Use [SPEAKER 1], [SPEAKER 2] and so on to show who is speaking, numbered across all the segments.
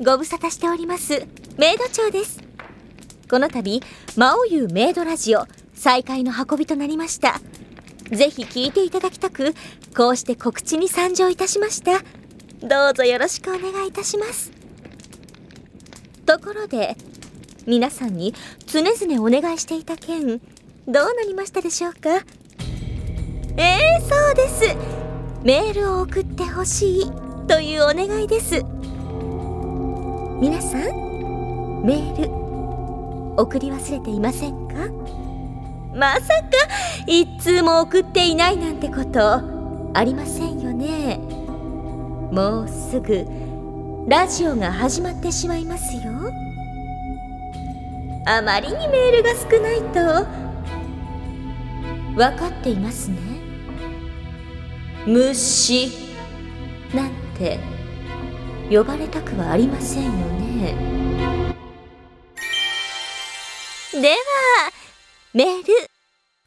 [SPEAKER 1] ご無沙汰しておりますメイド長ですこの度魔王優メイドラジオ再開の運びとなりましたぜひ聞いていただきたくこうして告知に参上いたしましたどうぞよろしくお願いいたしますところで皆さんに常々お願いしていた件どうなりましたでしょうかええそうですメールを送ってほしいというお願いです皆さんメール送り忘れていませんかまさか一通も送っていないなんてことありませんよねもうすぐラジオが始まってしまいますよあまりにメールが少ないと分かっていますね虫なんて呼ばれたくはありませんよねではメール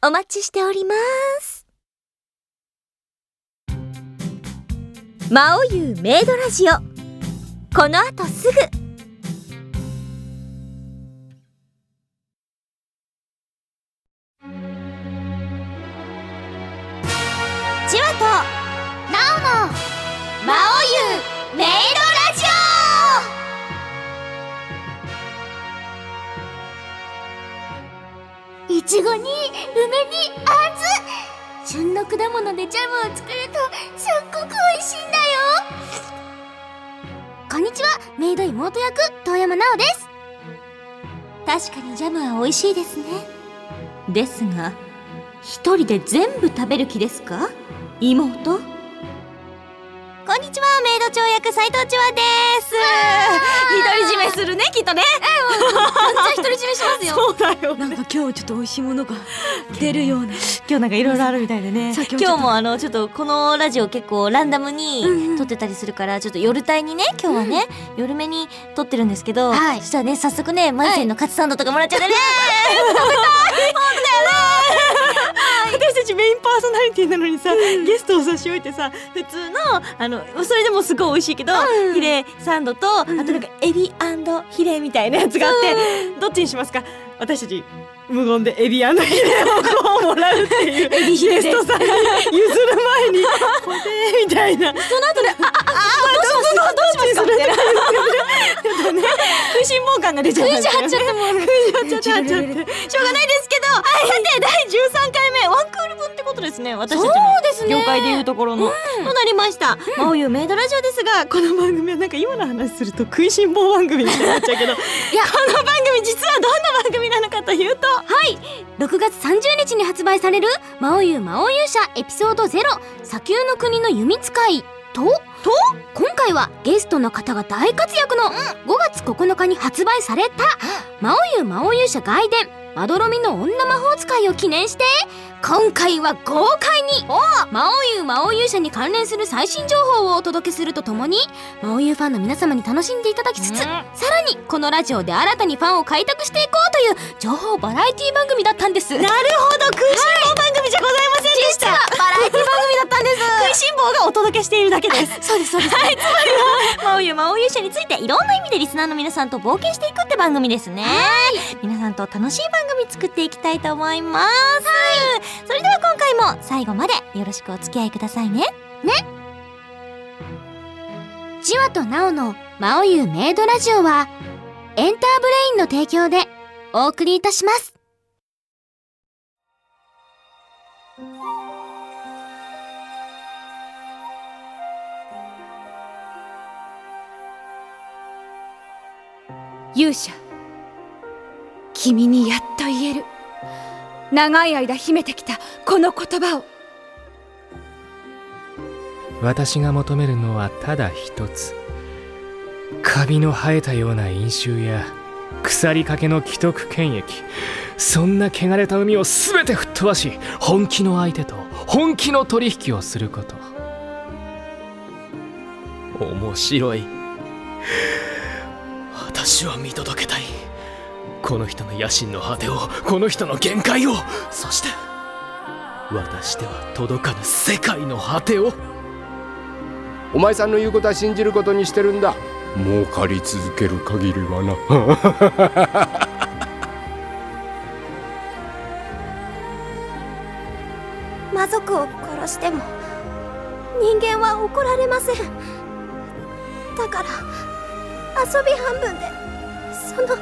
[SPEAKER 1] お待ちしております魔王優メイドラジオこの後すぐチワとナオの魔王優メイドラジ
[SPEAKER 2] オいちごに梅にあんず旬の果物でジャムを作るとすっごく美味しいんだよこんにちはメイド妹役遠山奈
[SPEAKER 1] 緒です確かにジャムは美味しいですねですが一人で全部食べる気ですか妹
[SPEAKER 3] こんにちは、メイド長役斉藤千和です。
[SPEAKER 1] 独り占めするね、きっとね。
[SPEAKER 2] え、めっちゃ独り占めします よ。
[SPEAKER 1] そうだよ、
[SPEAKER 4] ね、なんか今日ちょっと美味しいものが 出るような。
[SPEAKER 3] 今日なんかいろいろあるみたいでね。今日もあのちょっとこのラジオ結構ランダムに撮ってたりするから、ちょっと夜帯にね、今日はね、うん、夜目に撮ってるんですけど、はい、そしたらね早速ね、マイセンのカツサンドとかもらっちゃってね。食べ
[SPEAKER 4] たい。私たちメインパーソナリティなのにさ、うん、ゲストを差し置いてさ普通のあのそれでもすごい美味しいけど、うん、ヒレサンドと、うん、あとなんかエビヒレみたいなやつがあって、どっちにしますか私たち無言でエビヒレをこうもらうっていうエビヒレゲストさんに譲る前に「これ」みたいな
[SPEAKER 2] その後で「あああ
[SPEAKER 4] あどうしますか?」どっちにするってちょっとね食いしん坊感が出ちゃった
[SPEAKER 2] 食いしはっちゃってもう
[SPEAKER 4] 食いしはっちゃってしょうがないですけどさて第13回目ワンクール分ってことですね私たちの業界でいうところの、となりました「まおゆメイドラジオ」ですがこの番組はなんか今の話すると食いしん坊番組みたいになっちゃうけど この番組実はどんな番組なのかというと
[SPEAKER 2] はい6月30日に発売される「魔王優魔王勇者エピソード0砂丘の国の弓使い」と
[SPEAKER 4] と
[SPEAKER 2] 今回はゲストの方が大活躍の5月9日に発売された「魔王優魔王勇者外伝まどろみの女魔法使い」を記念して今回は豪快に魔王優魔王勇者に関連する最新情報をお届けするとともに魔王優ファンの皆様に楽しんでいただきつつ、うん、さらにこのラジオで新たにファンを開拓していこうという情報バラエティ番組だったんです
[SPEAKER 4] なるほど食いしん坊番組じゃございませんでした、はい、
[SPEAKER 2] バラエティ番組だったんです
[SPEAKER 4] 食いしん坊がお届けしているだけです
[SPEAKER 2] そうですそうです、
[SPEAKER 4] はい、つまり
[SPEAKER 3] は魔王優魔王勇者についていろんな意味でリスナーの皆さんと冒険していくって番組ですね皆さんと楽しい番組作っていきたいと思いますはいそれでは今回も最後までよろしくお付き合いくださいね。
[SPEAKER 2] ねジワとナオの魔王優メイドラジオはエンターブレインの提供でお送りいたします。
[SPEAKER 5] 勇者君にやっと言える。長い間秘めてきたこの言葉を
[SPEAKER 6] 私が求めるのはただ一つカビの生えたような飲酒や腐りかけの既得権益そんな汚れた海を全て吹っ飛ばし本気の相手と本気の取引をすること
[SPEAKER 7] 面白い私は見届けたいこの人の野心の果てをこの人の限界をそして私では届かぬ世界の果てを
[SPEAKER 8] お前さんの言うことは信じることにしてるんだ
[SPEAKER 9] 儲かり続ける限りはな
[SPEAKER 2] 魔族を殺しても人間は怒られませんだから遊び半分でその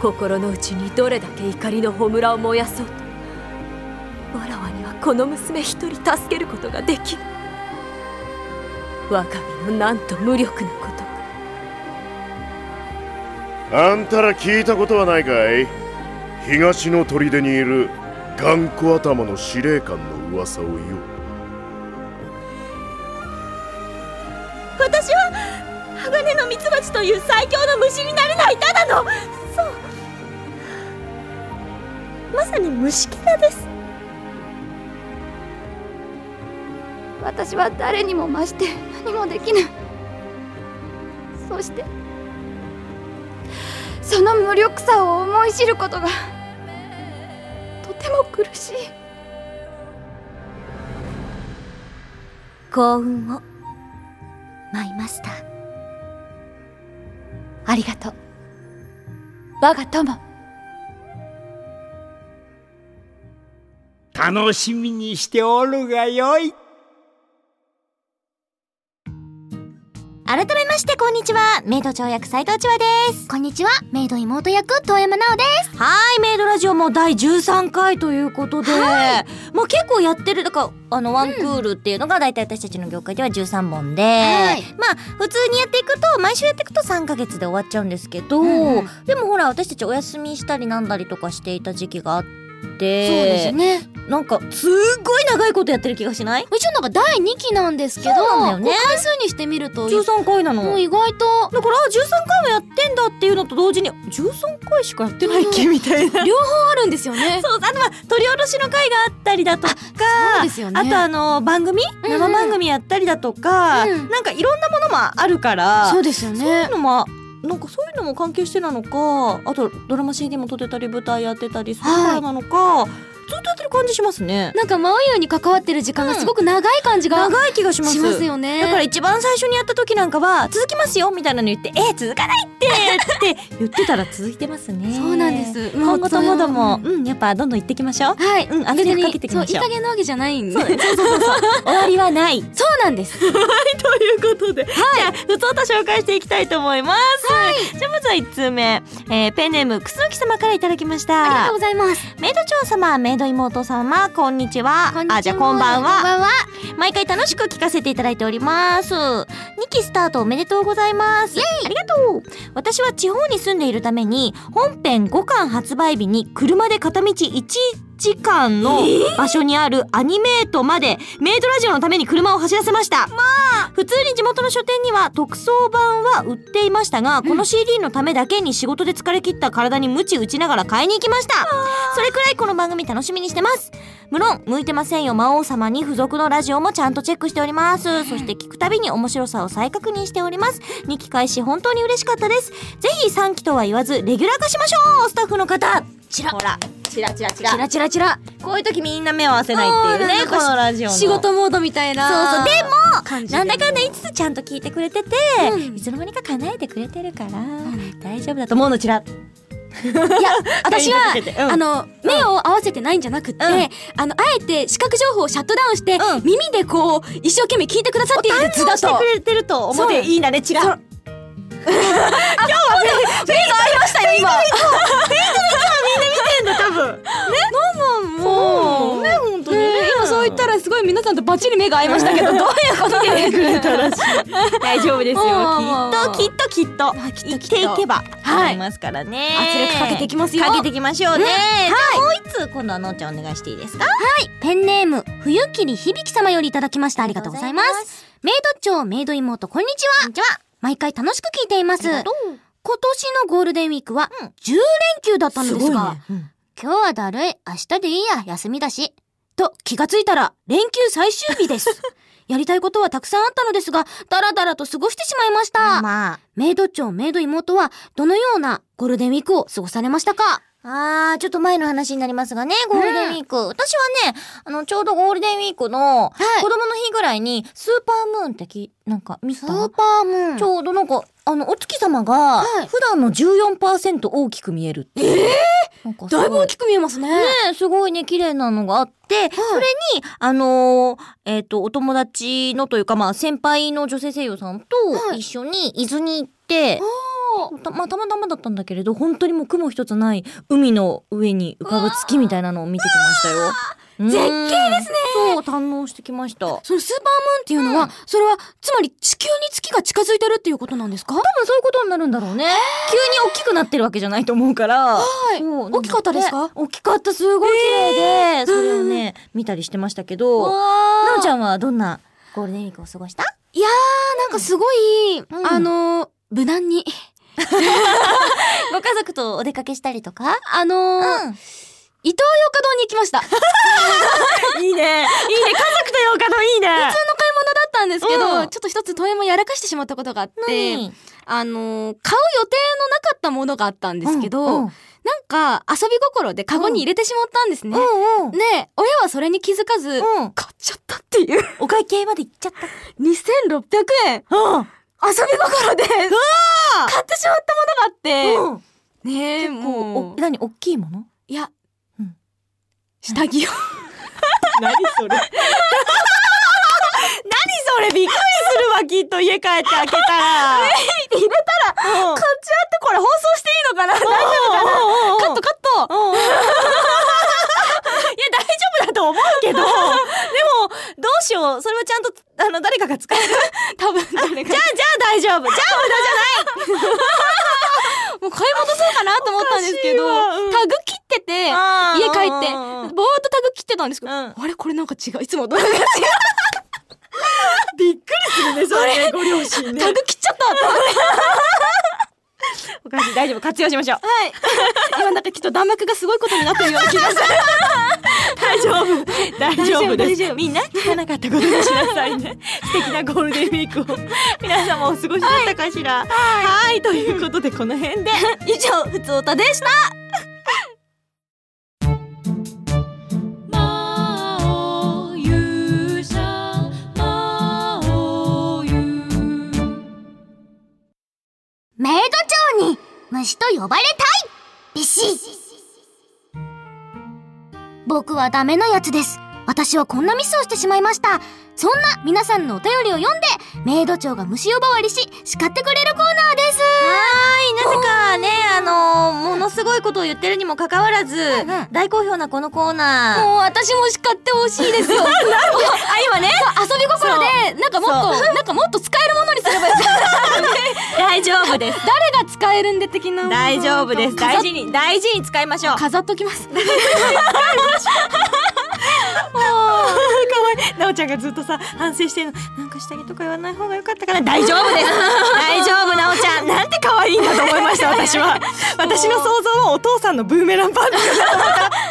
[SPEAKER 10] 心の内にどれだけ怒りの炎を燃やそうとわらわにはこの娘一人助けることができん我が身のなんと無力なこと
[SPEAKER 11] あんたら聞いたことはないかい東の砦にいる頑固頭の司令官の噂をよ
[SPEAKER 2] 私は鋼のミツバチという最強の虫になるのはただのそうまさに虫キャラです
[SPEAKER 10] 私は誰にも増して何もできぬそしてその無力さを思い知ることがとても苦しい
[SPEAKER 12] 幸運を舞いました
[SPEAKER 10] ありがとう我が友
[SPEAKER 6] 楽しみにしておるがよい
[SPEAKER 4] 改めましてこんにちはメイド長役斉藤千和です
[SPEAKER 2] こんにちはメイド妹役遠山奈緒です
[SPEAKER 4] はいメイドラジオも第13回ということで、もう結構やってるだからあのワンクールっていうのが大体私たちの業界では13本で、
[SPEAKER 2] はい
[SPEAKER 4] まあ普通にやっていくと毎週やっていくと3ヶ月で終わっちゃうんですけど、
[SPEAKER 2] うんうん
[SPEAKER 4] でもほら私たちお休みしたりなんだりとかしていた時期があって
[SPEAKER 2] ね
[SPEAKER 4] なんかすっごい長いことやってる気がしないう
[SPEAKER 2] ちはなんか第2期なんですけど
[SPEAKER 4] そうなんだよね
[SPEAKER 2] こう回数にしてみると
[SPEAKER 4] 13回なの
[SPEAKER 2] もう意外と
[SPEAKER 4] だから13回もやってんだっていうのと同時に13回しかやってないっけみたいな
[SPEAKER 2] 両方あるんですよね
[SPEAKER 4] そうあとは取り下ろしの回が あったりだとか
[SPEAKER 2] そう
[SPEAKER 4] あ,、
[SPEAKER 2] ですよね
[SPEAKER 4] とあの番組
[SPEAKER 2] うんうん
[SPEAKER 4] 生番組やったりだとか、
[SPEAKER 2] うん
[SPEAKER 4] なんかいろんなものもあるから
[SPEAKER 2] そうですよ
[SPEAKER 4] そういう
[SPEAKER 2] ね
[SPEAKER 4] のもなんかそういうのも関係してなのかあとドラマ CD も撮ってたり舞台やってたりそういうからなのか、ずっとやってる感じしますね。
[SPEAKER 2] なんか魔王優に関わってる時間がすごく長い感じが
[SPEAKER 4] 長い気がします
[SPEAKER 2] しますよね
[SPEAKER 4] だから一番最初にやった時なんかは続きますよみたいなの言ってえー、続かないってって言ってたら続いてますね
[SPEAKER 2] そうなんです
[SPEAKER 4] 今後ともども
[SPEAKER 2] う
[SPEAKER 4] うんやっぱどんどん行ってきましょう
[SPEAKER 2] はい
[SPEAKER 4] うん圧力かけてきましょう
[SPEAKER 2] そういい加減なわけじゃないんでそう
[SPEAKER 4] 終わり はない
[SPEAKER 2] なんです
[SPEAKER 1] ということで、じゃあ、ふつおた紹介していきたいと思います。じゃあ、まずは1通目、えーペンネーム、くすのき様からいただきまし
[SPEAKER 2] ありが
[SPEAKER 1] た
[SPEAKER 2] とう。ございます
[SPEAKER 1] メイド長様、メイド妹様、こんにちは。
[SPEAKER 2] こにちは
[SPEAKER 1] あ、じゃあ、こんばん
[SPEAKER 2] こん
[SPEAKER 1] は。
[SPEAKER 2] ばんは
[SPEAKER 1] 毎回楽しく聞かせていただいております。2期スタートおめでとうございます。ありがとう。私は地方に住んでいるために、本編5巻発売日に車で片道1時間の場所にあるアニメートまで、メイドラジオのために車を走らせました。普通に地元の書店には特装版は売っていましたが、この CD のためだけに仕事で疲れ切った体に鞭打ちながら買いに行きました。それくらいこの番組楽しみにしてます。無論、向いてませんよ魔王様に付属のラジオもちゃんとチェックしております。そして聞くたびに面白さを再確認しております。2期開始本当に嬉しかったです。ぜひ3期とは言わず、レギュラー化しましょうスタッフの方ちらほら、
[SPEAKER 12] チラチラチ
[SPEAKER 2] チラチラチラ
[SPEAKER 1] こういう時みんな目を合わせないっていう
[SPEAKER 2] あーな
[SPEAKER 1] ね、
[SPEAKER 2] ん
[SPEAKER 1] こ
[SPEAKER 2] か
[SPEAKER 1] のラジオの。
[SPEAKER 2] 仕事モードみたい
[SPEAKER 4] そうそう
[SPEAKER 2] な
[SPEAKER 4] で
[SPEAKER 2] も
[SPEAKER 4] もなんだかんだ言いつつちゃんと聞いてくれてて、
[SPEAKER 2] うん
[SPEAKER 4] いつの間にか叶えてくれてるから、大丈夫だと思うのちら
[SPEAKER 2] 私は
[SPEAKER 1] 見ててうん
[SPEAKER 2] あの目を合わせてないんじゃなくって、
[SPEAKER 1] うん
[SPEAKER 2] あのあえて視覚情報をシャットダウンして、
[SPEAKER 1] うん
[SPEAKER 2] 耳でこう一生懸命聞いてくださっている図だ
[SPEAKER 1] して
[SPEAKER 2] と
[SPEAKER 1] くれてると思っていいんだね、違う。今日はね、フェイトありましたよ、今。フェイトで今みんな見てんだ、多分。
[SPEAKER 2] もうね本当に、今そう言ったらすごい皆さんとバッチリ目が合いましたけどどういうことで
[SPEAKER 1] 来てくれたらしい。大丈夫ですよ。
[SPEAKER 2] もう
[SPEAKER 1] きっときっときっと
[SPEAKER 2] きっと
[SPEAKER 1] 生きていけば
[SPEAKER 2] はい
[SPEAKER 1] ありますからね。
[SPEAKER 2] 圧力かけていきますよ
[SPEAKER 1] かけていきましょうね。
[SPEAKER 2] うん
[SPEAKER 1] じゃあもう一通今度はのんちゃんお願いしていいですか。
[SPEAKER 2] ペンネーム冬霧響様よりいただきましたありがとうございますメイド長メイド妹こんにちは毎回楽しく聞いています今年のゴールデンウィークは10連休だったんですが今日はだるい、明日でいいや、休みだし。と気がついたら、連休最終日 です。やりたいことはたくさんあったのですが、だらだらと過ごしてしまいました。
[SPEAKER 1] まあ
[SPEAKER 2] メイド長、メイド妹は、どのようなゴールデンウィークを過ごされましたか
[SPEAKER 1] ああー、ちょっと前の話になりますがね、ゴールデンウィーク。私はね、あの、ちょうどゴールデンウィークの、子供の日ぐらいに、スーパームーンってき、なんか見せたスーパームーンちょうどなんか、あの、お月様が、普段の14%大きく見えるっていう。えー、
[SPEAKER 2] だいぶ大きく見えますね。
[SPEAKER 1] ねえすごいね、綺麗なのがあって、それに、あのーえっ、と、お友達のというか、まあ、先輩の女性声優さんと一緒に伊豆に行って、たまあ、たまたまだったんだけれど、本当にもう雲一つない海の上に浮かぶ月みたいなのを見てきましたよ。絶景ですねそう、堪能してきました。多分
[SPEAKER 2] そのスーパームーンっていうのは、それは、つまり地球に月が近づいてるっていうことなんですか多分
[SPEAKER 1] そういうことになるんだろうね。急に大きくなってるわけじゃないと思うから。そう
[SPEAKER 2] 大きかったですか
[SPEAKER 1] なん大きかった、すごい綺麗で、それをね、見たりしてましたけど、なおちゃんはどんなゴールデンウィークを過ごした
[SPEAKER 2] いやー、なんかすごい、
[SPEAKER 1] ん
[SPEAKER 2] あの、無難に。
[SPEAKER 1] ご家族とお出かけしたりとか
[SPEAKER 2] あのー、伊東洋華堂に行きま した。普通の買い
[SPEAKER 4] いいね。いいね。家族と洋華堂いいね。
[SPEAKER 2] 物だったんですけど、
[SPEAKER 4] うん
[SPEAKER 2] ちょっと一つ問いもやらかしてしまったことがあって、
[SPEAKER 1] 何
[SPEAKER 2] あのー、買う予定のなかったものがあったんですけど、
[SPEAKER 1] うんうん
[SPEAKER 2] なんか遊び心でカゴに入れてしまったんですね。
[SPEAKER 1] うんうん
[SPEAKER 2] で、親はそれに気づかず、
[SPEAKER 1] うん
[SPEAKER 2] 買っちゃったっていう。
[SPEAKER 1] お会計まで行っちゃった。
[SPEAKER 2] 2600円
[SPEAKER 4] うん。
[SPEAKER 2] 遊び心で買ってしまったものがあって、
[SPEAKER 1] ん。
[SPEAKER 2] ねえ、
[SPEAKER 1] もう
[SPEAKER 2] も
[SPEAKER 1] お、
[SPEAKER 2] う、
[SPEAKER 1] 何、大きいもの
[SPEAKER 2] いや、
[SPEAKER 1] うん
[SPEAKER 2] 下 着を
[SPEAKER 4] 何それ何それびっくりするわきっと家帰って開けたら入れたら、カッ
[SPEAKER 2] ちゃってこれ放送していいのかな大丈夫かなカットカット
[SPEAKER 4] うんうんうん
[SPEAKER 2] いや大丈夫だと思う
[SPEAKER 4] け ど、でも、どうしよう。それはちゃんと、あの、誰かが使える。
[SPEAKER 2] 多分誰か
[SPEAKER 4] じゃあ、じゃあ大丈夫。じゃあ、
[SPEAKER 2] もう買い戻そうかなと思ったんですけど
[SPEAKER 4] おかしいわうん
[SPEAKER 2] タグ切ってて
[SPEAKER 4] あー
[SPEAKER 2] 家帰って
[SPEAKER 4] うん
[SPEAKER 2] ぼ
[SPEAKER 4] うん
[SPEAKER 2] ー
[SPEAKER 4] う
[SPEAKER 2] っ
[SPEAKER 4] ん
[SPEAKER 2] とタグ切ってたんですけど、
[SPEAKER 4] うん
[SPEAKER 2] あれこれなんか違ういつもとなんか違う
[SPEAKER 4] びっくりするね、それね。ご両親ね
[SPEAKER 2] タ。グ切っちゃったと思って
[SPEAKER 4] おかしい。大丈夫。活用しましょう。
[SPEAKER 2] 今なんかきっと弾幕がすごいことになってるような気がする
[SPEAKER 4] 大丈夫。大丈夫で
[SPEAKER 2] 大
[SPEAKER 4] す。みんな聞かなかったことにし なさいね。素敵なゴールデンウィークを皆様お過ごしだったかしら。はい、ということでこの辺で以上ふつおたでした。
[SPEAKER 2] メイド長に虫と呼ばれたいビシ僕はダメなやつです私はこんなミスをしてしまいましたそんな皆さんのお便りを読んでメイド長が虫呼ばわりし叱ってくれるコーナーです
[SPEAKER 1] はい、なぜかね、あのーものすごいことを言ってるにもかかわらず、大好評なこのコーナー。
[SPEAKER 2] もう私も叱ってほしいですよあ今ね遊び心でなんかもっとなんかもっと使えるものにすれ ばいい
[SPEAKER 4] 大丈夫です。
[SPEAKER 2] 誰が使えるんで的な
[SPEAKER 4] 大丈夫です。
[SPEAKER 2] 飾っ
[SPEAKER 4] 大事に大事に使いましょう。
[SPEAKER 2] 飾っときます
[SPEAKER 4] なおちゃんがずっとさ反省してるのなんか下着とか言わない方が良かったかな大丈夫 です大丈夫なおちゃんなんて可愛いんだと思いました私 は私の想像はお父さんのブーメランパンツかなと思っ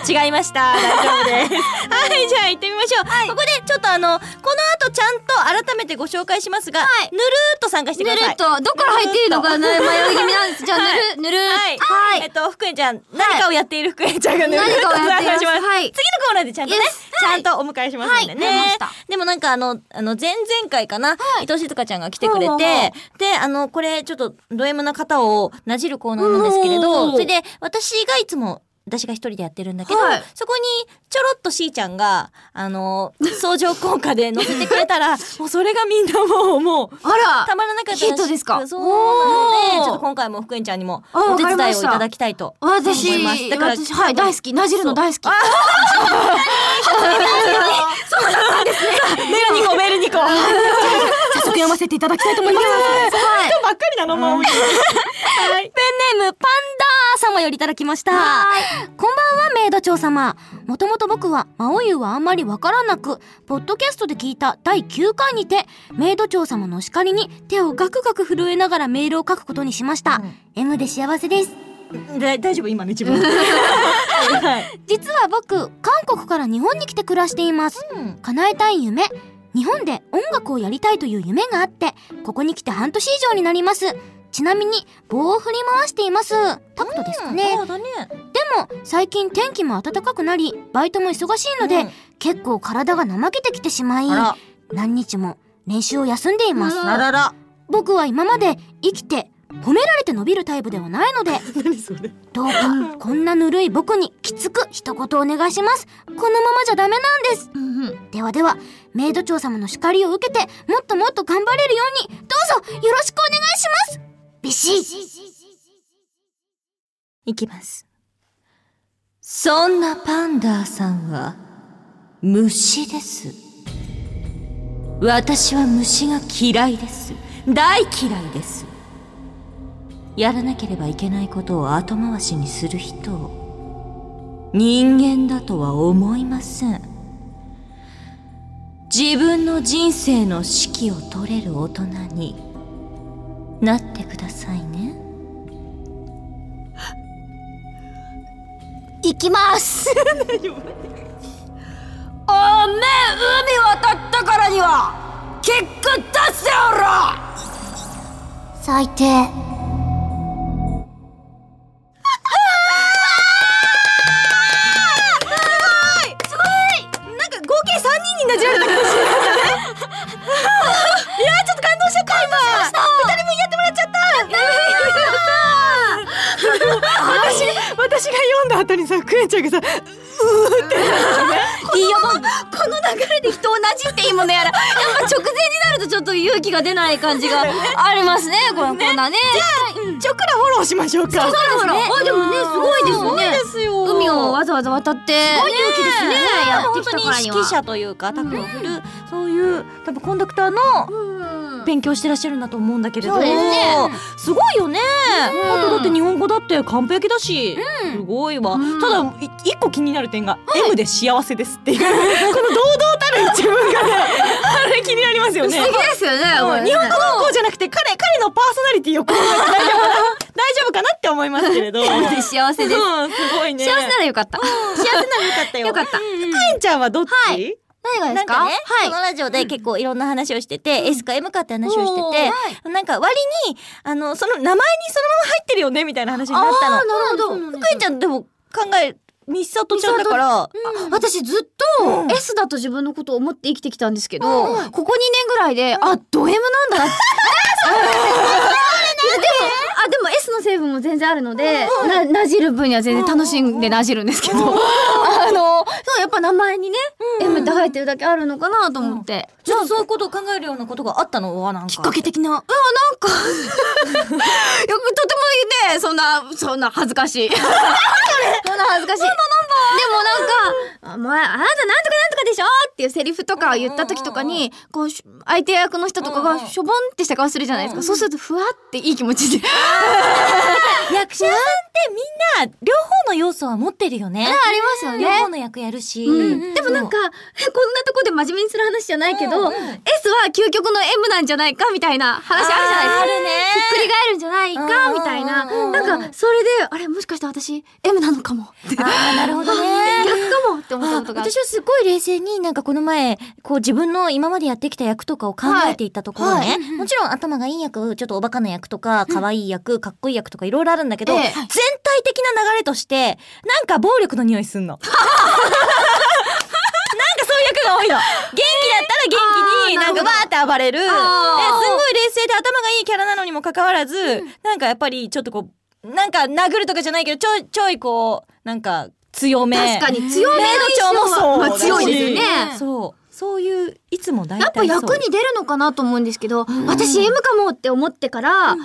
[SPEAKER 4] たら違いました大丈夫ですはいじゃあ行ってみましょう、ここでちょっとあのこの後ちゃんと改めてご紹介しますが、ぬるーっと参加してください
[SPEAKER 2] とどこから入っていいのかね迷い気味なんですじゃあぬるぬる
[SPEAKER 4] はい、
[SPEAKER 2] はい
[SPEAKER 4] えっと福江ちゃん何かをやっている福江ちゃんがぬるーっと
[SPEAKER 2] 何かをやっ
[SPEAKER 4] 参加
[SPEAKER 2] ています
[SPEAKER 4] します
[SPEAKER 2] はい
[SPEAKER 4] 次のコーナーでちゃんとね、ちゃんとお迎えしますんでね、
[SPEAKER 2] はいわかりま
[SPEAKER 1] でもなんかあの、あの、前々回かな、伊藤静香ちゃんが来てくれ
[SPEAKER 4] ほうほうほ
[SPEAKER 1] て、で、あの、これちょっとド M な方をなじるコーナーなんですけれ
[SPEAKER 4] うん
[SPEAKER 1] ど、それで、私がいつも、私が一人でやってるんだけど、
[SPEAKER 4] はい
[SPEAKER 1] そこにちょろっとしーちゃんが、あの、相乗効果で乗せてくれたら、もうそれがみんなもう、もう、
[SPEAKER 2] あ
[SPEAKER 1] たまらなかったらし
[SPEAKER 2] ヒットですか
[SPEAKER 1] そうなの
[SPEAKER 2] おー
[SPEAKER 1] で、ちょっと今回も福円ちゃんにも
[SPEAKER 2] あわ
[SPEAKER 1] お
[SPEAKER 2] か
[SPEAKER 1] 手
[SPEAKER 2] り
[SPEAKER 1] 伝い
[SPEAKER 2] ま
[SPEAKER 1] をい
[SPEAKER 2] した
[SPEAKER 1] ただきたいと
[SPEAKER 2] ら私
[SPEAKER 1] 思いますだから
[SPEAKER 2] 私はい大好きなじるの大好き
[SPEAKER 4] メルニコメルニコ
[SPEAKER 2] 早速読ませていただきたいと思います。はい。
[SPEAKER 4] ばっかりなの、まおい。
[SPEAKER 2] ペンネームパンダー様よりいただきました。こんばんは、メイド長様。もともと僕は、魔王湯はあんまりわからなく、ポッドキャストで聞いた第9回にて、メイド長様のお叱りに手をガクガク震えながらメールを書くことにしました。M で幸せです。
[SPEAKER 4] 大丈夫、今の一番。はい。
[SPEAKER 2] 実は僕韓国から日本に来て暮らしています、叶えたい夢日本で音楽をやりたいという夢があってここに来て半年以上になりますちなみに棒を振り回していますタクトですかね、
[SPEAKER 1] そうだね。
[SPEAKER 2] でも最近天気も暖かくなりバイトも忙しいので、結構体が怠けてきてしまい
[SPEAKER 1] あら
[SPEAKER 2] 何日も練習を休んでいます
[SPEAKER 1] あらら
[SPEAKER 2] 僕は今まで生きて褒められて伸びるタイプではないのでどうかこんなぬるい僕にきつく一言お願いしますこのままじゃダメなんです、ではではメイド長様の叱りを受けてもっともっと頑張れるようにどうぞよろしくお願いしますビシッ
[SPEAKER 1] いきます。そんなパンダーさんは、虫です。私は虫が嫌いです。大嫌いです。やらなければいけないことを後回しにする人を、人間だとは思いません。自分の人生の指揮を取れる大人になってくださいね。
[SPEAKER 2] 行きますおめえ海渡ったからには結果出せおら最低
[SPEAKER 4] なんか合計三人になじられた感じだったねいやーちょっと感動しちゃった今二人分やってもらっちゃ ったやったー私私が読んだ後にさクエンちゃんがさうーって
[SPEAKER 1] いいよもうこの流れで人同じっていいものやらやっぱ直前になるとちょっと勇気が出ない感 じがありますねこのこんなね
[SPEAKER 4] ちょくらフォローしましょうか
[SPEAKER 1] そうですねあでもねすごいですよね
[SPEAKER 4] すごいですよ
[SPEAKER 1] 海をわざわざ渡ってすごい勇気ですねやって
[SPEAKER 4] 本
[SPEAKER 1] き
[SPEAKER 4] 当
[SPEAKER 1] た
[SPEAKER 4] に
[SPEAKER 1] から
[SPEAKER 4] 指
[SPEAKER 1] に
[SPEAKER 4] 揮
[SPEAKER 1] は
[SPEAKER 4] 者というかタクを振る、そういう多分コンダクターの勉強してらっしゃるんだと思うんだけれども、
[SPEAKER 2] そうですね
[SPEAKER 4] すごいよね、あとだって日本語だって完璧だし、すごいわ、ただい一個気になる点が、M で幸せですっていうこの堂々たる自分がねあれ気になりますよね
[SPEAKER 1] ですよね
[SPEAKER 4] うん日本語のこうじゃなくて彼彼のパーソナリティ をこう大丈夫かな大丈夫かなって思いますけれど
[SPEAKER 1] で幸せです
[SPEAKER 4] うん、すごいね。
[SPEAKER 1] 幸せならよかった
[SPEAKER 4] 幸せならよかったよ。
[SPEAKER 1] よかった
[SPEAKER 4] エンちゃんはどっち、
[SPEAKER 1] 何が
[SPEAKER 4] なんかね
[SPEAKER 1] このラジオで結構いろんな話をしてて、S か M かって話をしてて、なんか割に、あの、その名前にそのまま入ってるよね、みたいな話になったの。
[SPEAKER 2] なるほど
[SPEAKER 1] 福井ちゃんでも考え、ミッサトちゃんだから、
[SPEAKER 2] 私ずっと S だと自分のことを思って生きてきたんですけど、ここ2年ぐらいで、あ、ド M なんだな って。でも、あ、でも S の成分も全然あるので、な、なじる分には全然楽しんでなじるんですけど、あの、そう、やっぱ名前にね、M って入ってるだけあるのかなと思って。
[SPEAKER 1] ちょっとそういうことを考えるようなことがあったのはなんか。きっかけ的な。
[SPEAKER 2] いやとてもいいねそんなそんな恥ずかしい そんな恥ずかしいでもなんか「お前あなたなんとかなんとかでしょ?」っていうセリフとか言った時とかにこうし相手役の人とかがしょぼんってした顔するじゃないですかそうするとふわっていい気持ちであ
[SPEAKER 1] 役者さんってみんな、両方の要素は持ってるよね。
[SPEAKER 2] りますよ
[SPEAKER 1] 両
[SPEAKER 2] ね
[SPEAKER 1] 方の役やるし。
[SPEAKER 2] でもなんかえこんなとこで真面目にする話じゃないけど S は究極の M なんじゃないかみたいな話あるじゃないですか
[SPEAKER 1] あるね
[SPEAKER 2] ひっくり返るんじゃないかみたいな
[SPEAKER 1] うんうんうん
[SPEAKER 2] なんかそれであれもしかして私 M なのかもって
[SPEAKER 1] あーなるほどね。
[SPEAKER 2] 逆かもって思ったことがあって
[SPEAKER 1] 私はすごい冷静になんかこの前、こう自分の今までやってきた役とかを考えていったところね、もちろん頭がいい役、ちょっとおバカな役とか、可愛い役、かっこいい役とかいろいろあるんだけど、
[SPEAKER 2] ええ
[SPEAKER 1] 全体的な流れとして、なんか暴力の匂いす んの。なんかそういう役が多いの。元気だったら元気に、
[SPEAKER 2] あーな
[SPEAKER 1] な
[SPEAKER 2] る
[SPEAKER 1] ん
[SPEAKER 2] ほど
[SPEAKER 1] かバーって暴れる。です
[SPEAKER 2] あー
[SPEAKER 1] ごい冷静で頭がいいキャラなのにもかかわらず、なんかやっぱりちょっとこう、なんか殴るとかじゃないけど、ちょい、ちょいこう、なんか強め。
[SPEAKER 2] 確かに強めの
[SPEAKER 1] メイド長もそう
[SPEAKER 2] まあ
[SPEAKER 1] だし
[SPEAKER 2] 強いですよね。
[SPEAKER 1] そう。そういう、いつも大体
[SPEAKER 2] やっぱ役に出るのかなと思うんですけど、私 M かもって思ってから、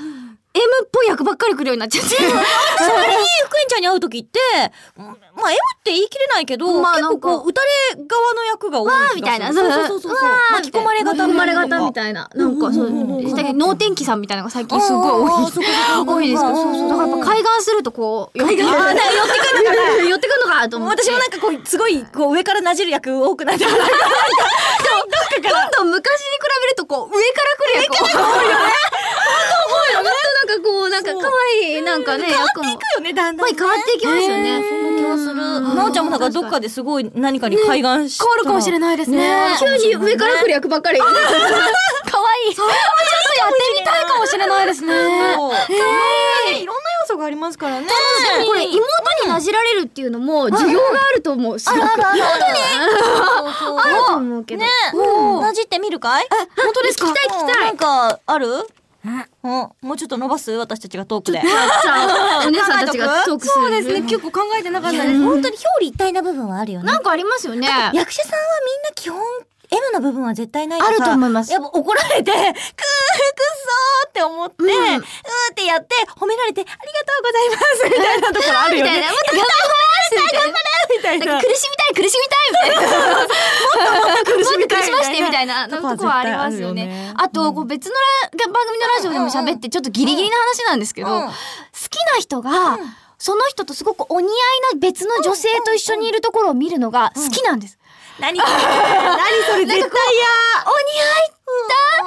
[SPEAKER 2] M っぽい役ばっかり来るようになっちゃって。
[SPEAKER 1] それに、福井ちゃんに会う時って、うんまあ、M って言い切れないけど、
[SPEAKER 2] まあ
[SPEAKER 1] 結構
[SPEAKER 2] な
[SPEAKER 1] こ
[SPEAKER 2] んか
[SPEAKER 1] う、打たれ側の役が多い気がする。
[SPEAKER 2] みたいな。
[SPEAKER 1] そうそうそうそう。巻き込まれ型
[SPEAKER 2] 巻き込まれ型み
[SPEAKER 1] い
[SPEAKER 2] たいな。なんかそう
[SPEAKER 1] うんうんうんう。ん
[SPEAKER 2] だけど能天気さんみたいなのが最近すごい多い。多いですから、そうそう。だからやっぱ海岸するとこう、寄ってくるのかな。寄ってくるのかなと思って。
[SPEAKER 1] 私もなんかこう、すごい、こう、上からなじる役多く なってる。
[SPEAKER 2] どんどん昔に比べるとこう上から来る役多いよね。本当多いよね。なんかこうなんか可愛いなんかね変わっていくよねだんだん。変わっていきますよね。そんな気はする。
[SPEAKER 1] なおちゃんもなんかどっかですごい何かに海岸して。
[SPEAKER 2] 変わるかもしれないですね。急に上から来る役ばっかり。可愛い。それもちょっとやってみたいかもしれないですね。
[SPEAKER 1] そう
[SPEAKER 2] え
[SPEAKER 4] いろんな要素がありますからね
[SPEAKER 2] でもこれ妹になじられるっていうのも需要があると思うすごく
[SPEAKER 1] あらあらそうそう
[SPEAKER 2] あると思うけど
[SPEAKER 1] ね
[SPEAKER 2] うん
[SPEAKER 1] なじってみるかい
[SPEAKER 2] 本当ですか聞きたい聞きたい
[SPEAKER 1] なんかあるうんもうちょっと伸ばす私たちがトークで
[SPEAKER 2] さあお姉さんたちがトークする
[SPEAKER 4] そうですね結構考えてなかったです
[SPEAKER 1] 本当に表裏一体な部分はあるよね
[SPEAKER 2] なんかありますよね
[SPEAKER 1] 役者さんはみんな基本 M の部分は絶対ないから
[SPEAKER 2] あると思います
[SPEAKER 1] やっぱ怒られて、く ー、くっそーって思って、う
[SPEAKER 2] うん
[SPEAKER 1] ーってやって、褒められて、ありがとうございますみたいなところあるよね。
[SPEAKER 2] もっと頑張れ頑張れみたいななんか苦しみたい苦しみたいみたいなもっと苦しましてみたいなとこはありますよねあとこう別のラ番組のラジオでも喋ってちょっとギリギリな話なんですけ
[SPEAKER 1] う
[SPEAKER 2] ど
[SPEAKER 1] ん
[SPEAKER 2] 好きな人がその人とすごくお似合いな別の女性と一緒にいるところを見るのが好きなんです
[SPEAKER 1] 何それ何それ絶対嫌
[SPEAKER 2] お似合いだ、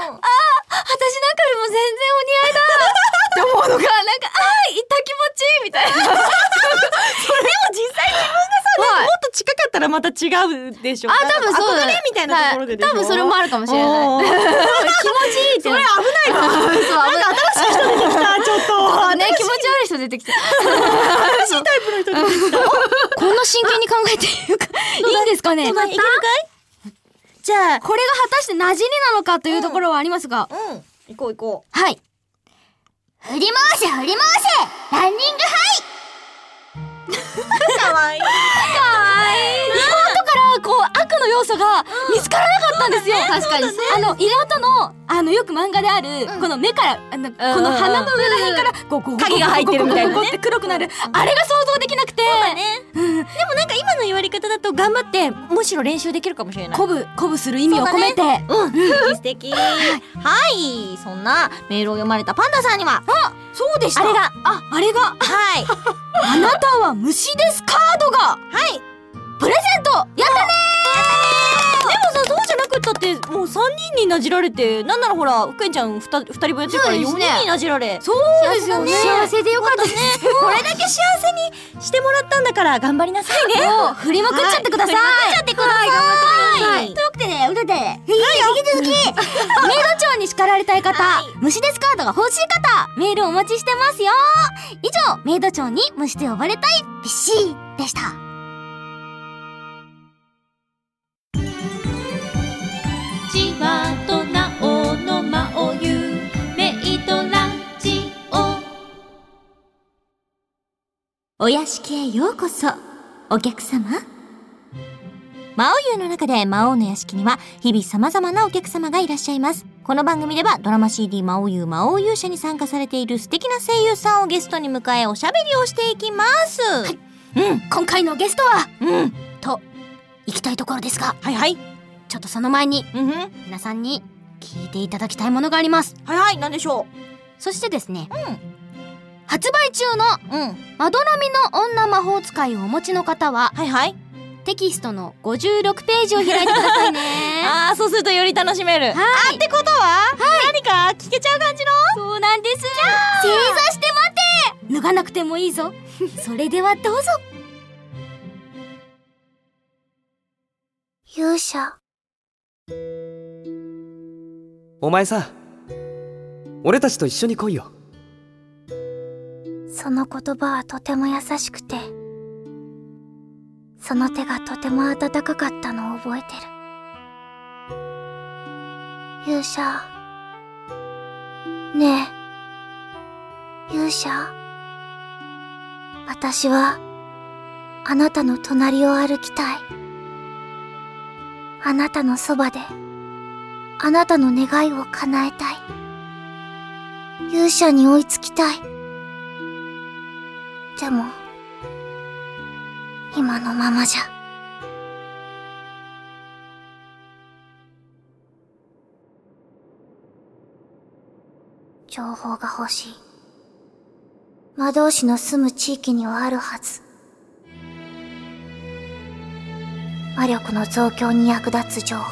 [SPEAKER 2] ああ私なんかよりも全然お似合いだって思うのがなんかああいた気持ちいいみたいなそれでも実際自分が
[SPEAKER 4] も
[SPEAKER 2] さ、
[SPEAKER 4] っと近かったらまた違うでしょ
[SPEAKER 2] あ多分そうだ
[SPEAKER 4] 憧れみたいなところででしょ
[SPEAKER 2] はい多分それもあるかもしれ
[SPEAKER 4] お
[SPEAKER 2] な
[SPEAKER 4] ー
[SPEAKER 2] い気持ちいいってそれ危ないわそう危ない
[SPEAKER 4] あちょっと
[SPEAKER 2] ね、気持ち悪い人出てきた。新しいタイプの人出てきた。こんな真剣に考えてい るか、いいんですかね。
[SPEAKER 1] いけるかいじゃあ、
[SPEAKER 2] これが果たして馴染みなのかというところはありますが、
[SPEAKER 1] うん。行こう行こ
[SPEAKER 2] はい。振り回せ振り回せランニングハ
[SPEAKER 1] う。かわいい。
[SPEAKER 2] イ妹からこう悪の要素が見つからなかったんですよ、確かに、あの妹のあのよく漫画である、この目からあの、この鼻の上らへんからこうこう
[SPEAKER 1] 影が入ってるみたいなね
[SPEAKER 2] ゴゴゴゴゴゴゴって黒くなる、あれが想像できなくて
[SPEAKER 1] でもなんか今の言われ方だと頑張って、むしろ練習できるかもしれない。
[SPEAKER 2] 鼓舞鼓舞する意味を込めて、
[SPEAKER 1] 素敵。はい。そんなメールを読まれたパンダさんには、
[SPEAKER 2] そうでし
[SPEAKER 1] あれが、
[SPEAKER 2] あ、あれが、
[SPEAKER 1] はい。
[SPEAKER 2] あなたは虫ですカードが、はい、プレゼントやったね
[SPEAKER 1] でもさ、そうじゃなくったって、もう3人になじられて、なんならほら、ふっけんちゃん 2, 人分やってるから
[SPEAKER 2] そ
[SPEAKER 1] 4
[SPEAKER 2] うですね
[SPEAKER 1] 人になじられ。そう
[SPEAKER 2] そうですよね幸せでよかったです
[SPEAKER 1] ね。これだけ幸せにしてもらったんだから、頑張りなさいね。
[SPEAKER 2] もう振りまくっちゃってください、
[SPEAKER 1] ちゃってください。
[SPEAKER 2] はいというわけでね、うるで、引き続き、 メイド長に叱られたい方、虫ですカードが欲しい方、メールお待ちしてますよ以上、メイド長に虫で呼ばれたい、ビッシーでした。
[SPEAKER 13] ちわとなおのまおゆメイドラジオ
[SPEAKER 1] お屋敷へようこそ、お客様。魔王湯の中で魔王の屋敷には日々様々なお客様がいらっしゃいます。この番組ではドラマ CD 魔王湯魔王勇者に参加されている素敵な声優さんをゲストに迎えおしゃべりをしていきます。はい。うん、
[SPEAKER 2] 今回のゲストは、
[SPEAKER 1] うん。
[SPEAKER 2] 行きたいところですが、
[SPEAKER 1] はいはい。
[SPEAKER 2] ちょっとその前に、
[SPEAKER 1] うんふん。はい
[SPEAKER 2] 皆さんに聞いていただきたいものがあります。
[SPEAKER 1] はい、なんでしょ
[SPEAKER 2] そしてですね、
[SPEAKER 1] ん
[SPEAKER 2] 発売中の、
[SPEAKER 1] う。うん。
[SPEAKER 2] まどろみの女魔法使いをお持ちの方は、
[SPEAKER 1] はいはい。
[SPEAKER 2] テキストの56ページを開いてくださいね。
[SPEAKER 1] ああ、そうするとより楽しめる。
[SPEAKER 2] はい。
[SPEAKER 1] ってことは、何か聞けちゃう感じの
[SPEAKER 2] そうなんです正座して待て脱がなくてもいいぞ それではどうぞ
[SPEAKER 14] 勇者
[SPEAKER 6] お前さ俺たちと一緒に来いよ
[SPEAKER 14] その言葉はとても優しくてその手がとても温かかったのを覚えてる勇者ねえ勇者私はあなたの隣を歩きたいあなたのそばであなたの願いを叶えたい勇者に追いつきたいでも、今のままじゃ。情報が欲しい。魔導士の住む地域にはあるはず。魔力の増強に役立つ情報。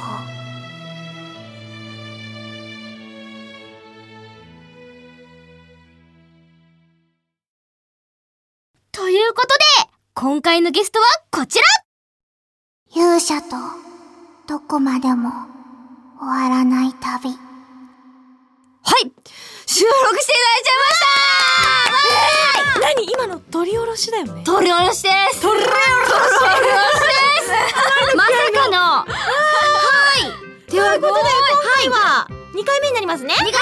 [SPEAKER 2] ということで今回のゲストはこちら
[SPEAKER 14] 勇者と、どこまでも終わらない旅。
[SPEAKER 15] はい収録していただいちゃいま
[SPEAKER 2] 何
[SPEAKER 15] した
[SPEAKER 2] 今の取り下ろしだよね
[SPEAKER 15] 取り下ろしです取り下ろしですまさかのはいということで今回は
[SPEAKER 4] 2回目になりますね
[SPEAKER 15] 2回目で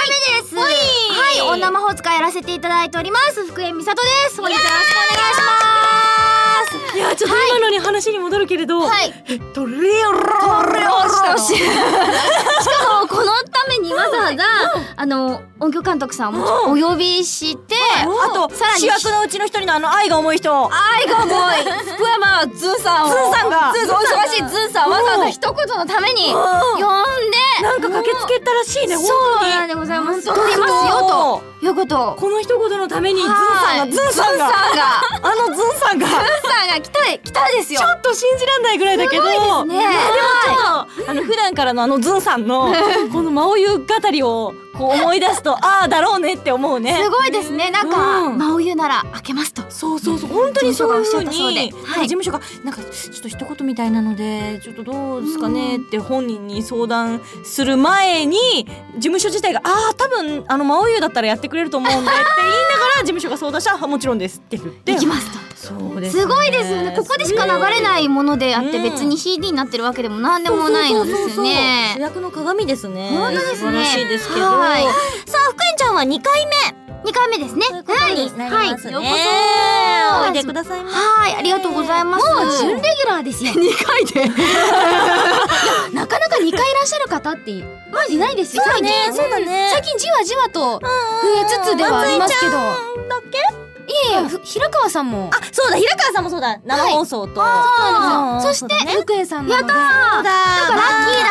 [SPEAKER 15] すはい女魔法使いやらせていただいております福江美里です本日よろしくお願いします
[SPEAKER 2] いやちょっと今のに話に戻るけれど、
[SPEAKER 15] はい
[SPEAKER 2] え取り下ろ
[SPEAKER 15] してほしいしかもこのためにわざわざあの音響監督さんもお呼びして
[SPEAKER 2] あと
[SPEAKER 15] さらに
[SPEAKER 2] 主役のうちの一人のあの愛が重い人
[SPEAKER 15] 愛が重い福山ズンさんを
[SPEAKER 2] ズンさんが
[SPEAKER 15] ズンさんお忙しいズンさんわざわざ一言のために
[SPEAKER 2] うん
[SPEAKER 15] 呼んで
[SPEAKER 2] なんか駆けつけたらしいね
[SPEAKER 15] そ
[SPEAKER 2] 本
[SPEAKER 15] う
[SPEAKER 2] 当に
[SPEAKER 15] なんでございます
[SPEAKER 2] 本
[SPEAKER 15] 撮
[SPEAKER 2] 当
[SPEAKER 15] りますよということ
[SPEAKER 2] この一言のためにズンさんが
[SPEAKER 15] はい
[SPEAKER 2] ズンさんが
[SPEAKER 15] ズンさんが
[SPEAKER 2] あのズンさんが
[SPEAKER 15] ズンさんが来た来たですよ
[SPEAKER 2] ちょっと信じらんないぐらいだけど
[SPEAKER 15] すごいですね
[SPEAKER 2] まあでもちょっとあの普段からのあのズンさん のこの真央優語りをこう思い出すと ああだろうねって思うね
[SPEAKER 15] すごいですねなんか、
[SPEAKER 2] うん
[SPEAKER 15] 真央湯なら開けますと
[SPEAKER 2] そうそうそう本当にそういうふうに
[SPEAKER 15] 事務所がおっしゃったそう
[SPEAKER 2] はい事務所がな
[SPEAKER 15] で
[SPEAKER 2] んかちょっと一言みたいなのでちょっとどうですかねって本人に相談する前に事務所自体がああ多分あの真央優だったらやってくれると思うんでって言いながら事務所が相談したらあもちろんですって言って
[SPEAKER 15] できますと
[SPEAKER 2] そうです
[SPEAKER 15] すごいですよねここでしか流れないものであって
[SPEAKER 2] うん
[SPEAKER 15] 別に CD になってるわけでも何でもないのです
[SPEAKER 2] そうそうそうそ
[SPEAKER 15] よ
[SPEAKER 2] う
[SPEAKER 15] ね
[SPEAKER 2] 主役の鏡ですね
[SPEAKER 15] 本当ですね
[SPEAKER 2] 素晴らしいですけど
[SPEAKER 15] はい
[SPEAKER 4] さあ福円ちゃんは2回目
[SPEAKER 15] 二回目ですね。
[SPEAKER 4] ということになりますね、
[SPEAKER 15] はい、ようこそ。
[SPEAKER 4] おいでくださいませ
[SPEAKER 15] はい、ありがとうございます。もう準レギュラーですよ。二回で。いやなかなか二回いらっしゃる方っていまずいないですよ。
[SPEAKER 4] そうだね
[SPEAKER 15] 最近
[SPEAKER 4] そうだね
[SPEAKER 15] 最近じわじわと増えつつではありますけど。
[SPEAKER 4] だっけ
[SPEAKER 15] いえいえふ、平川さんも。
[SPEAKER 4] あそうだ平川さんもそうだ生放送と、
[SPEAKER 15] あそして
[SPEAKER 4] ね
[SPEAKER 15] 福江さんなので。やった
[SPEAKER 4] そうだ
[SPEAKER 15] ラ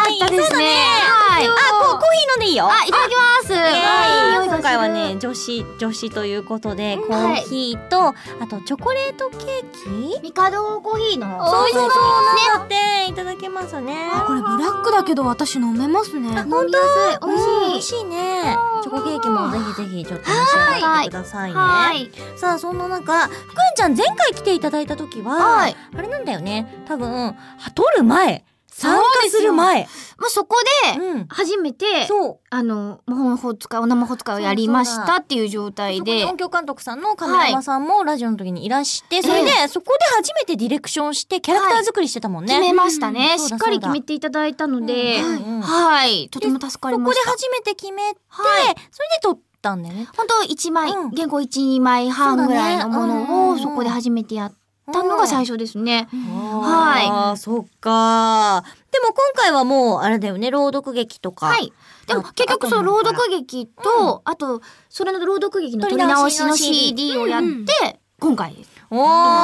[SPEAKER 15] ッキーだったですね。はい。
[SPEAKER 4] あこコーヒー飲んでいいよ
[SPEAKER 15] あ、いただきます。
[SPEAKER 4] イエーイ
[SPEAKER 15] いい匂いがする
[SPEAKER 4] 今回はね女子女子ということで、
[SPEAKER 15] うん
[SPEAKER 4] コーヒーとあとチョコレートケーキ
[SPEAKER 15] ミカドコーヒーの
[SPEAKER 4] そう
[SPEAKER 15] 美味しそう
[SPEAKER 4] そう
[SPEAKER 15] な
[SPEAKER 4] そうなのでいただけますね
[SPEAKER 15] あこれブラックだけど私飲めますね。本当美
[SPEAKER 4] うん
[SPEAKER 15] 味しい。
[SPEAKER 4] 美味しいねチョコケーキもぜひぜひちょっと召し上がってくださいね
[SPEAKER 15] はい。
[SPEAKER 4] さあそんな中福んちゃん前回来ていただいた時は、
[SPEAKER 15] はい
[SPEAKER 4] あれなんだよね多分は取る前参加する前
[SPEAKER 15] まあ、そこで、
[SPEAKER 4] うん
[SPEAKER 15] 初めて、
[SPEAKER 4] そう
[SPEAKER 15] あの、魔法使い、お生法使いをやりましたっていう状態
[SPEAKER 4] そこ
[SPEAKER 15] で
[SPEAKER 4] に、音響監督さんの亀山さんもラジオの時にいらして、それで、そこで初めてディレクションしてキャラクター作りしてたもんね。
[SPEAKER 15] 決めました
[SPEAKER 4] う
[SPEAKER 15] ね、
[SPEAKER 4] ん
[SPEAKER 15] しっかり決めていただいたので、
[SPEAKER 4] うんうんうん
[SPEAKER 15] はい。とても助かり
[SPEAKER 4] そこ
[SPEAKER 15] ま
[SPEAKER 4] で
[SPEAKER 15] した。
[SPEAKER 4] 初めて決めて、
[SPEAKER 15] はい
[SPEAKER 4] それで撮ったんだよね。
[SPEAKER 15] 本当一枚、
[SPEAKER 4] うん
[SPEAKER 15] 原稿一枚半ぐらいのもの
[SPEAKER 4] そうだねうんうんう
[SPEAKER 15] を
[SPEAKER 4] ん
[SPEAKER 15] そこで初めてやったのが最初ですね。はい
[SPEAKER 4] あーそっか。でも今回はもう、あれだよね、朗読劇とか。
[SPEAKER 15] はい。でも
[SPEAKER 4] あ
[SPEAKER 15] 結局その朗読劇と、あと、それの朗読劇の取り直しの CD をやって、今回です。
[SPEAKER 4] お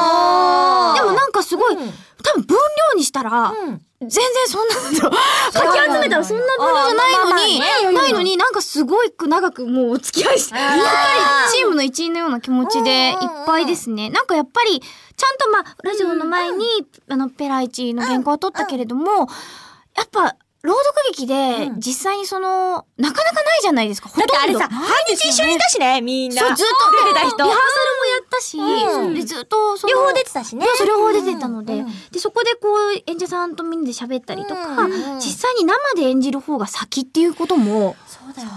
[SPEAKER 4] ー
[SPEAKER 15] でもなんかすごい、
[SPEAKER 4] うん
[SPEAKER 15] 多分分量にしたら、
[SPEAKER 4] うん
[SPEAKER 15] 全然そんなのかき集めたらそんな分量じゃないのに、ないのになんかすごく長くもうお付き合いして、やっぱりチームの一員のような気持ちでいっぱいですね。なんかやっぱり、ちゃんとまあ、ラジオの前に、あの、ペライチの原稿は取ったけれども、やっぱ、朗読劇で
[SPEAKER 4] う、ん
[SPEAKER 15] 実際にその、なかなかないじゃないですか、ほと
[SPEAKER 4] だ
[SPEAKER 15] ん
[SPEAKER 4] って
[SPEAKER 15] ど。
[SPEAKER 4] あれさ、毎日一緒にいたしね、みんな。
[SPEAKER 15] そう、ずっと、
[SPEAKER 4] 出てた人
[SPEAKER 15] リハーサルもやったし、
[SPEAKER 4] うん
[SPEAKER 15] でずっとその、
[SPEAKER 4] 両方出てたしね。
[SPEAKER 15] そう両方出てたので、
[SPEAKER 4] うん
[SPEAKER 15] でそこでこう演者さんとみんなで喋ったりとか、
[SPEAKER 4] うんうん
[SPEAKER 15] 実際に生で演じる方が先っていうことも
[SPEAKER 4] そうだよね。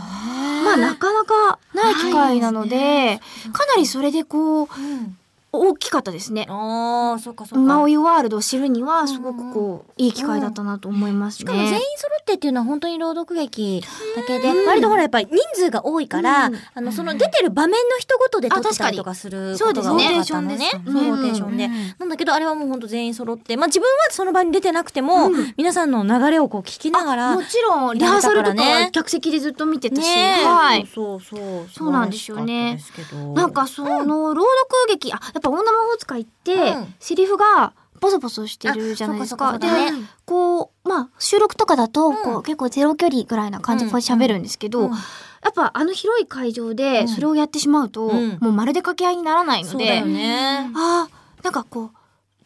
[SPEAKER 15] まあなかなかない機会なのでかなりそれでこ
[SPEAKER 4] う
[SPEAKER 15] う
[SPEAKER 4] ん
[SPEAKER 15] 大きかったですね。
[SPEAKER 4] ああ、そっかそっか。
[SPEAKER 15] マオイワールドを知るにはすごくこういい機会だったなと思います
[SPEAKER 4] し
[SPEAKER 15] ね。
[SPEAKER 4] かも全員揃ってっていうのは本当に朗読劇だけで、割とほらやっぱり人数が多いから、
[SPEAKER 15] うん
[SPEAKER 4] あのその出てる場面の人ごとで撮ってたりとかすることが多かったのね。
[SPEAKER 15] そうですね
[SPEAKER 4] そうローテーションで。なんだけどあれはもう本当全員揃って、まあ自分はその場に出てなくても、皆さんの流れをこう聞きながら、
[SPEAKER 15] もちろんリハーサルとかは客席でずっと見てたし、
[SPEAKER 4] ねえ
[SPEAKER 15] はい、
[SPEAKER 4] そうそうそう。
[SPEAKER 15] そうなんですよね
[SPEAKER 4] 素晴らしかったですけど
[SPEAKER 15] なんかその朗読劇、あやっぱ女魔法使いって、
[SPEAKER 4] うん
[SPEAKER 15] セリフがボソボソしてるじゃないです
[SPEAKER 4] あ
[SPEAKER 15] か。
[SPEAKER 4] そう
[SPEAKER 15] で
[SPEAKER 4] かそうかそうだね
[SPEAKER 15] こうまあ収録とかだと、
[SPEAKER 4] ん
[SPEAKER 15] こう結構ゼロ距離ぐらいな感じでこう喋るんですけど、
[SPEAKER 4] うんうん
[SPEAKER 15] やっぱあの広い会場でそれをやってしまうと、
[SPEAKER 4] うん
[SPEAKER 15] もうまるで掛け合いにならないの
[SPEAKER 4] そうだ
[SPEAKER 15] で、
[SPEAKER 4] よね。
[SPEAKER 15] あーなんかこう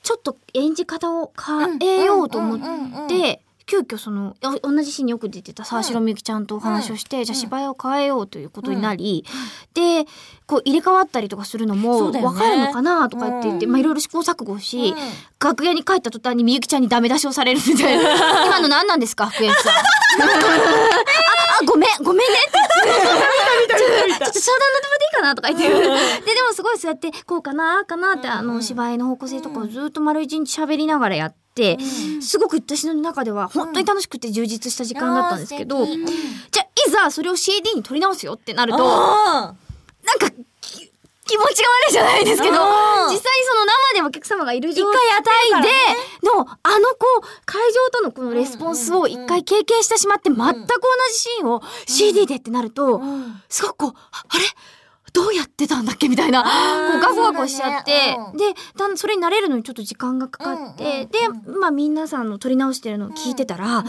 [SPEAKER 15] ちょっと演じ方を変えようと思って。で急遽そのお同じシーンによく出てた沢城みゆきちゃんとお話をして、じゃあ芝居を変えようということになり、でこう入れ替わったりとかするの
[SPEAKER 4] そ
[SPEAKER 15] も
[SPEAKER 4] うだよ
[SPEAKER 15] 分
[SPEAKER 4] ね
[SPEAKER 15] かるのかなとかって言って、
[SPEAKER 4] うん
[SPEAKER 15] まあ、いろいろ試行錯誤し、
[SPEAKER 4] うん
[SPEAKER 15] 楽屋に帰った途端 にみゆきちゃんにダメ出しをされるみたいな今の何なんですか福山さんああごめんごめんねって
[SPEAKER 4] 見た見た見た見た
[SPEAKER 15] ちょっと商談のとこでいいかなとか言ってででもすごいそうやってこうかなかなってあの芝居の方向性とかをずっと丸一日喋りながらやって。すごく私の中では本当に楽しくて充実した時間だったんですけど、じゃあいざそれを CD に取り直すよってなるとなんかき気持ちが悪いじゃないですけど実際にその生でお客様がいる状態で、のあのこう会場とのこのレスポンスを一回経験してしまって全く同じシーンを CD でってなると、すごくこうああれどうやってたんだっけみたいな、こうガコガコしちゃって、で、だんそれに慣れるのにちょっと時間がかかって、で、まあ皆さんの撮り直してるのを聞いてたら、やっぱ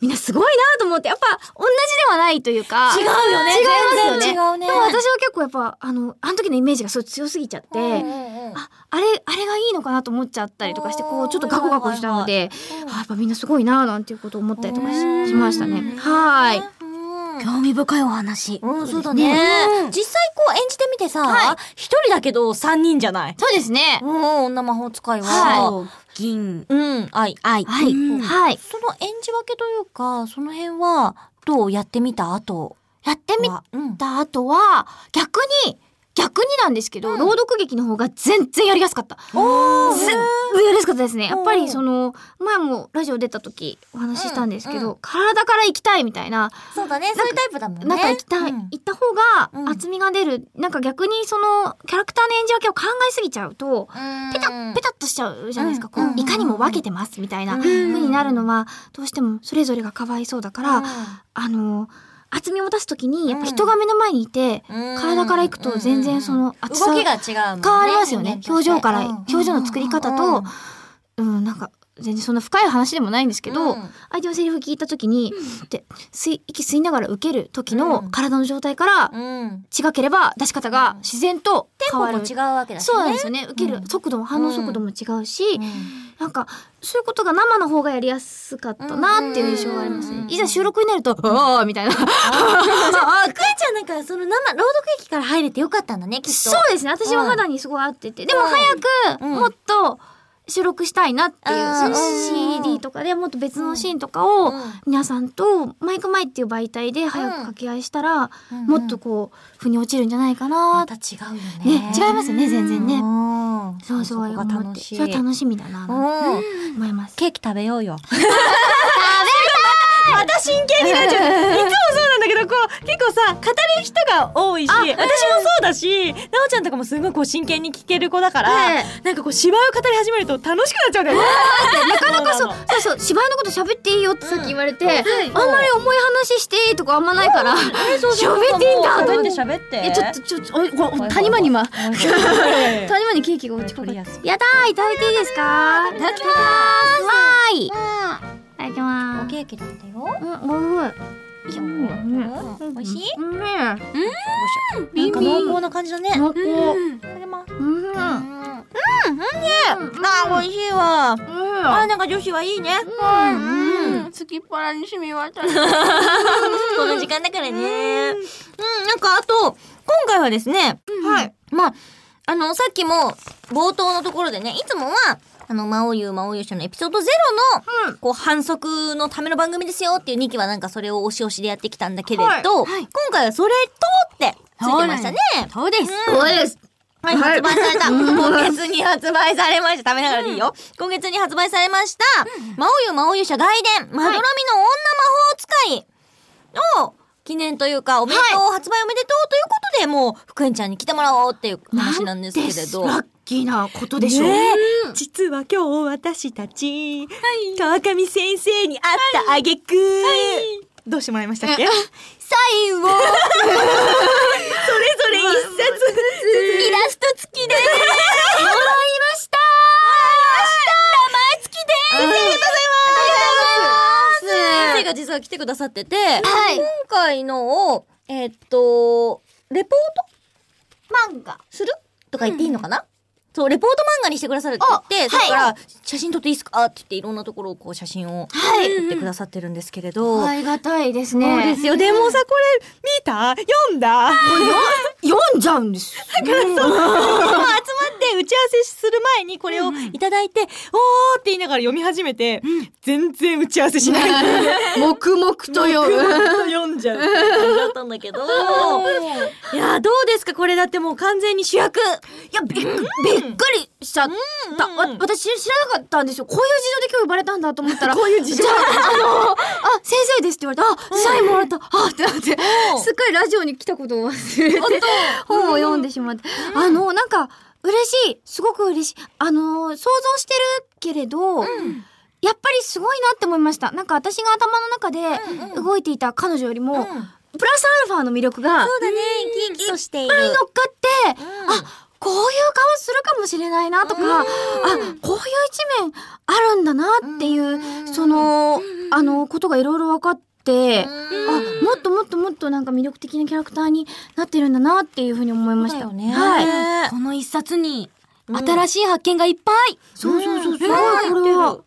[SPEAKER 15] みんなすごいなと思って、やっぱ同じではないというか、
[SPEAKER 1] 違うよね
[SPEAKER 15] 違いますよ
[SPEAKER 1] 全
[SPEAKER 15] ね。
[SPEAKER 1] 然違うね
[SPEAKER 15] でも私は結構やっぱ、あの、あの時のイメージがすごい強すぎちゃって、あ、あれ、あれがいいのかなと思っちゃったりとかして、こうちょっとガコガコしたので、あやっぱみんなすごいななんていうことを思ったりとかししましたね。はい。興味深いお話。
[SPEAKER 1] うん、そうだね。実際こう演じてみてさ、一、人だけど三人じゃない。
[SPEAKER 15] そうですね。
[SPEAKER 1] うん、女魔法使いは、
[SPEAKER 15] は
[SPEAKER 1] 銀、うん、愛。
[SPEAKER 15] 愛。はい。
[SPEAKER 1] うん
[SPEAKER 15] はい。
[SPEAKER 1] その演じ分けというか、その辺は、どうやってみた後
[SPEAKER 15] やってみ
[SPEAKER 1] は、うん。
[SPEAKER 15] た後は、逆に、逆になんですけど、朗読劇の方が全然やりやすかった。
[SPEAKER 1] お
[SPEAKER 15] 全部やりやすかったですね。やっぱ
[SPEAKER 1] お
[SPEAKER 15] り
[SPEAKER 1] ー
[SPEAKER 15] その、前もラジオ出た時お話ししたんですけど、体から行きたいみたいな、
[SPEAKER 1] そうだね、そういうタイプだもんね。
[SPEAKER 15] なんか行きたい、
[SPEAKER 1] うん
[SPEAKER 15] 行った方
[SPEAKER 1] うん
[SPEAKER 15] が厚みが出る、なんか逆にその、キャラクターの演じ分けを考えすぎちゃうと、ペタッ、ペタッとしちゃうじゃないですか。こ
[SPEAKER 1] うん
[SPEAKER 15] う、いかにも分けてますみたいな風になるのは、どうしてもそれぞれがかわいそうだから、あの、厚みを出すときに、やっぱ人が目の前にいて、体から行くと全然その厚さ
[SPEAKER 1] 動きが
[SPEAKER 15] が
[SPEAKER 1] 違うもんね。
[SPEAKER 15] 変わりますよね。表情から、
[SPEAKER 1] うん
[SPEAKER 15] 表情の作り方と、うん、なんか、全然そんな深い話でもないんですけど、
[SPEAKER 1] うん
[SPEAKER 15] 相手のセリフ聞いたときに、で、吸い、息吸いながら受ける時の体の状態から
[SPEAKER 1] うん。
[SPEAKER 15] 違ければ出し方が自然と
[SPEAKER 1] テン
[SPEAKER 15] 変
[SPEAKER 1] ポ
[SPEAKER 15] わ
[SPEAKER 1] も
[SPEAKER 15] る。
[SPEAKER 1] 違うわけだしね。
[SPEAKER 15] そうなんですよね。受ける速度も反応速度も違うし、なんか、そういうことが生の方がやりやすかったなっていう印象がありますね。いざ収録になると、ああみたいな。
[SPEAKER 1] ああ、クエちゃんなんか、その生、朗読劇から入れてよかったんだね、きっと。
[SPEAKER 15] そうですね。私は肌にすごい合ってて。でも早く、
[SPEAKER 1] うん
[SPEAKER 15] もっと、収録したいなっていう、
[SPEAKER 1] うん
[SPEAKER 15] そ
[SPEAKER 1] う
[SPEAKER 15] の
[SPEAKER 1] ん
[SPEAKER 15] CD とかでもっと別のシーンとかを
[SPEAKER 1] うん
[SPEAKER 15] 皆さんとマイクマイっていう媒体で早く掛け合いしたら
[SPEAKER 1] うん
[SPEAKER 15] もっとこう腑に落ちるんじゃないかな
[SPEAKER 1] ま
[SPEAKER 15] って
[SPEAKER 1] た違うよ
[SPEAKER 15] ね
[SPEAKER 1] ね。
[SPEAKER 15] 違いますよね全然ね
[SPEAKER 1] うん。
[SPEAKER 15] そうそう
[SPEAKER 1] そこ
[SPEAKER 15] 思
[SPEAKER 1] が
[SPEAKER 15] って
[SPEAKER 1] 楽しい。
[SPEAKER 15] それは楽しみだな
[SPEAKER 1] う
[SPEAKER 15] と
[SPEAKER 1] ん
[SPEAKER 15] 思います。
[SPEAKER 1] ケーキ食べようよ。
[SPEAKER 4] また真剣になっちゃう。いつもそうなんだけど、こう、結構さ、語る人が多いし、私もそうだし、なおちゃんとかもすごいこう真剣に聞ける子だから、なんかこう芝居を語り始めると楽しくなっちゃうからね。なかなかそう。
[SPEAKER 15] そうそう芝居のこと喋っていいよってさっき言われて、あんまり重い話していいとかあんまないから、喋っていいんだと思って。
[SPEAKER 1] 喋って喋って。
[SPEAKER 15] えちょっとちょっとおお谷間に今谷間にケーキが落 ちかかってやだーいただいていいですかいただきますわーいいただきま
[SPEAKER 1] ケーキだったよ。
[SPEAKER 15] すうんおいしい
[SPEAKER 1] うん美味しい？
[SPEAKER 15] うんうんなんか
[SPEAKER 1] なんか濃厚な感じだね。
[SPEAKER 15] 濃厚
[SPEAKER 1] 食べます。
[SPEAKER 15] うんうん
[SPEAKER 1] あー、美味しいわ。あー、なんか女子はいいね。
[SPEAKER 15] うんうんきっぱらに染み渡る
[SPEAKER 1] この時間だからね。うん、なんかあと、今回はですね、
[SPEAKER 15] はい
[SPEAKER 1] まあ、あの、さっきも冒頭のところでね、いつもは、あの、魔王優魔王優者のエピソードゼロの、こう、反則のための番組ですよっていう2期はなんかそれを押し押しでやってきたんだけれど、
[SPEAKER 15] はい
[SPEAKER 1] 今
[SPEAKER 15] はい
[SPEAKER 1] 回はそれとってついてましたね。
[SPEAKER 15] そうです
[SPEAKER 1] うん
[SPEAKER 15] そうです
[SPEAKER 1] はい、発売された。今月に発売されました。食べながらでいいよ。今月に発売されました、魔王湯魔王湯社外伝、まどろみの女魔法使いを記念というか、おめでとう、発売おめでとうということで、もう、福縁ちゃんに来てもらおうっていう話なんですけれど。
[SPEAKER 15] ラッキーなことでしょう、
[SPEAKER 4] ねえ実は今日私たち、川上先生に会った挙句、どうしてもらいましたっけそれぞ
[SPEAKER 15] サインを
[SPEAKER 4] れ一冊
[SPEAKER 15] イラスト付 きでもらいました名前付きで
[SPEAKER 1] ありがとうございます
[SPEAKER 15] ありがとうございます
[SPEAKER 1] 先生が実は来てくださってて、
[SPEAKER 15] はい
[SPEAKER 1] 今回のを、えーっと、レポート
[SPEAKER 15] 漫画
[SPEAKER 1] するとか言っていいのかな、そう、レポート漫画にしてくださるって言って、
[SPEAKER 15] お
[SPEAKER 1] それか
[SPEAKER 15] は
[SPEAKER 1] ら、写真撮っていいですかって言って、いろんなところをこう写真を
[SPEAKER 15] はい
[SPEAKER 1] 撮ってくださってるんですけれど。
[SPEAKER 15] ありがたいです
[SPEAKER 4] そうで
[SPEAKER 15] ね
[SPEAKER 4] すよ。でもさ、これ、見た読んだ
[SPEAKER 15] 読んじゃうんですよね
[SPEAKER 4] 集まって打ち合わせする前にこれをいただいて、おーって言いながら読み始めて、全然打ち合わせしない
[SPEAKER 15] 黙々と読む
[SPEAKER 4] 黙々と 読んじゃう感じだったんだけどいやーどうですかこれだってもう完全に主役
[SPEAKER 15] いやびっくびっくりしちゃった、わ私知らなかったんですよこういう事情で今日呼ばれたんだと思ったらこういう事情あ のあ先生ですって言われてあサインもらった、あってなってすっかりラジオに来たことを忘れて本を読んでしまって、あのなんか嬉しいすごく嬉しいあの想像してるけれど、やっぱりすごいなって思いましたなんか私が頭の中で動いていた彼女よりも、プラスアルファの魅力が
[SPEAKER 1] そうだね生き生きとしてい
[SPEAKER 15] いっぱい
[SPEAKER 1] る
[SPEAKER 15] 乗っかって、あこういう顔するかもしれないなとか、あこういう一面あるんだなっていう、その、あのことがいろいろ分かって、あもっともっともっとなんか魅力的なキャラクターになってるんだなっていうふうに思いました。はい。
[SPEAKER 2] はい、この一冊に新しい発見がいっぱい、
[SPEAKER 15] そうそうそう、すごい、これは。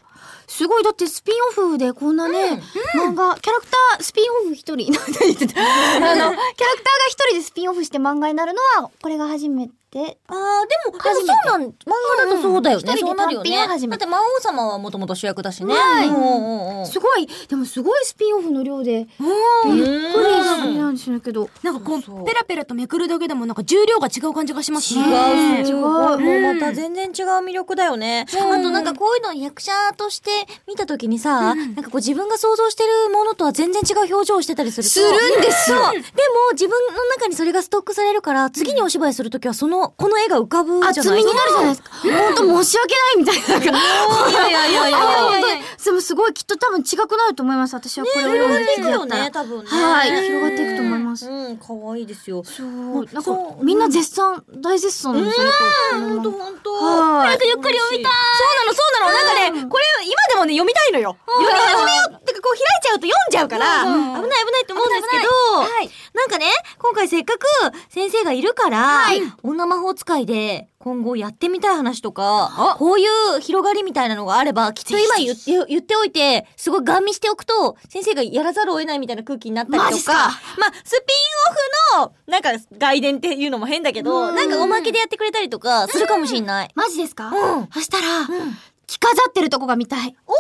[SPEAKER 15] すごい、だってスピンオフでこんなね、漫画、キャラクター、スピンオフ一人、 なんて言ってたあの、キャラクターが一人でスピンオフして漫画になるのは、これが初めて。
[SPEAKER 1] あーでもでもそうなん漫画だとそうだよね、
[SPEAKER 15] うんうん一人で
[SPEAKER 1] そうなるよね
[SPEAKER 15] 短編を始
[SPEAKER 1] だ
[SPEAKER 15] め
[SPEAKER 1] って魔王様はもともと主役だしね、
[SPEAKER 15] はい
[SPEAKER 1] うんうんうん
[SPEAKER 15] すごい、でもすごいスピンオフの量で、びっくりするなんですけど。
[SPEAKER 2] なんかこうペラペラとめくるだけでもなんか重量が違う感じがしますね
[SPEAKER 1] 違う
[SPEAKER 15] 違う
[SPEAKER 1] もう
[SPEAKER 2] うん
[SPEAKER 1] また全然違う魅力だよね、あとなんかこういうの役者として見た時にさ、なんかこう自分が想像してるものとは全然違う表情をしてたりすると
[SPEAKER 15] するんですよ
[SPEAKER 1] そうでも自分の中にそれがストックされるから次にお芝居する時はそのこの絵が浮かぶじゃない
[SPEAKER 15] 厚みになるじゃないですか。本当申し訳ないみたいな。
[SPEAKER 1] や
[SPEAKER 15] い
[SPEAKER 1] いやいやいや
[SPEAKER 15] いや。でもすごいきっと多分違くなると思います。私はこれを読ん
[SPEAKER 1] 広が
[SPEAKER 15] で
[SPEAKER 1] っていくよ
[SPEAKER 15] や
[SPEAKER 1] ね
[SPEAKER 15] った
[SPEAKER 1] 多
[SPEAKER 15] ら
[SPEAKER 1] 分ね
[SPEAKER 15] はい、広がっていくと思います。
[SPEAKER 1] うん可愛いですよ
[SPEAKER 15] そうなんかみんな絶賛大絶賛なんですよね。本当
[SPEAKER 1] 本
[SPEAKER 15] 当。はい。
[SPEAKER 4] ゆっくり読みたいそうなのそうなの、なんかねこれ今でもね読みたいのよ、読み始めようってかこう開いちゃうと読んじゃうから、危ない危ないって思うんですけど、
[SPEAKER 1] なんかね、今回せっかく先生がいるから、女魔法使いで今後やってみたい話とか、こういう広がりみたいなのがあれば、きっと今言って言っておいて、すごいガン見しておくと、先生がやらざるを得ないみたいな空気になったりと
[SPEAKER 4] マジっす
[SPEAKER 1] か、
[SPEAKER 4] か
[SPEAKER 1] まあ、スピンオフの、なんか外伝っていうのも変だけど、
[SPEAKER 15] うん
[SPEAKER 1] なんかおまけでやってくれたりとかするかもしんない。
[SPEAKER 15] マジですか？
[SPEAKER 1] うん
[SPEAKER 15] そしたら着飾ってるとこが見たい。
[SPEAKER 1] お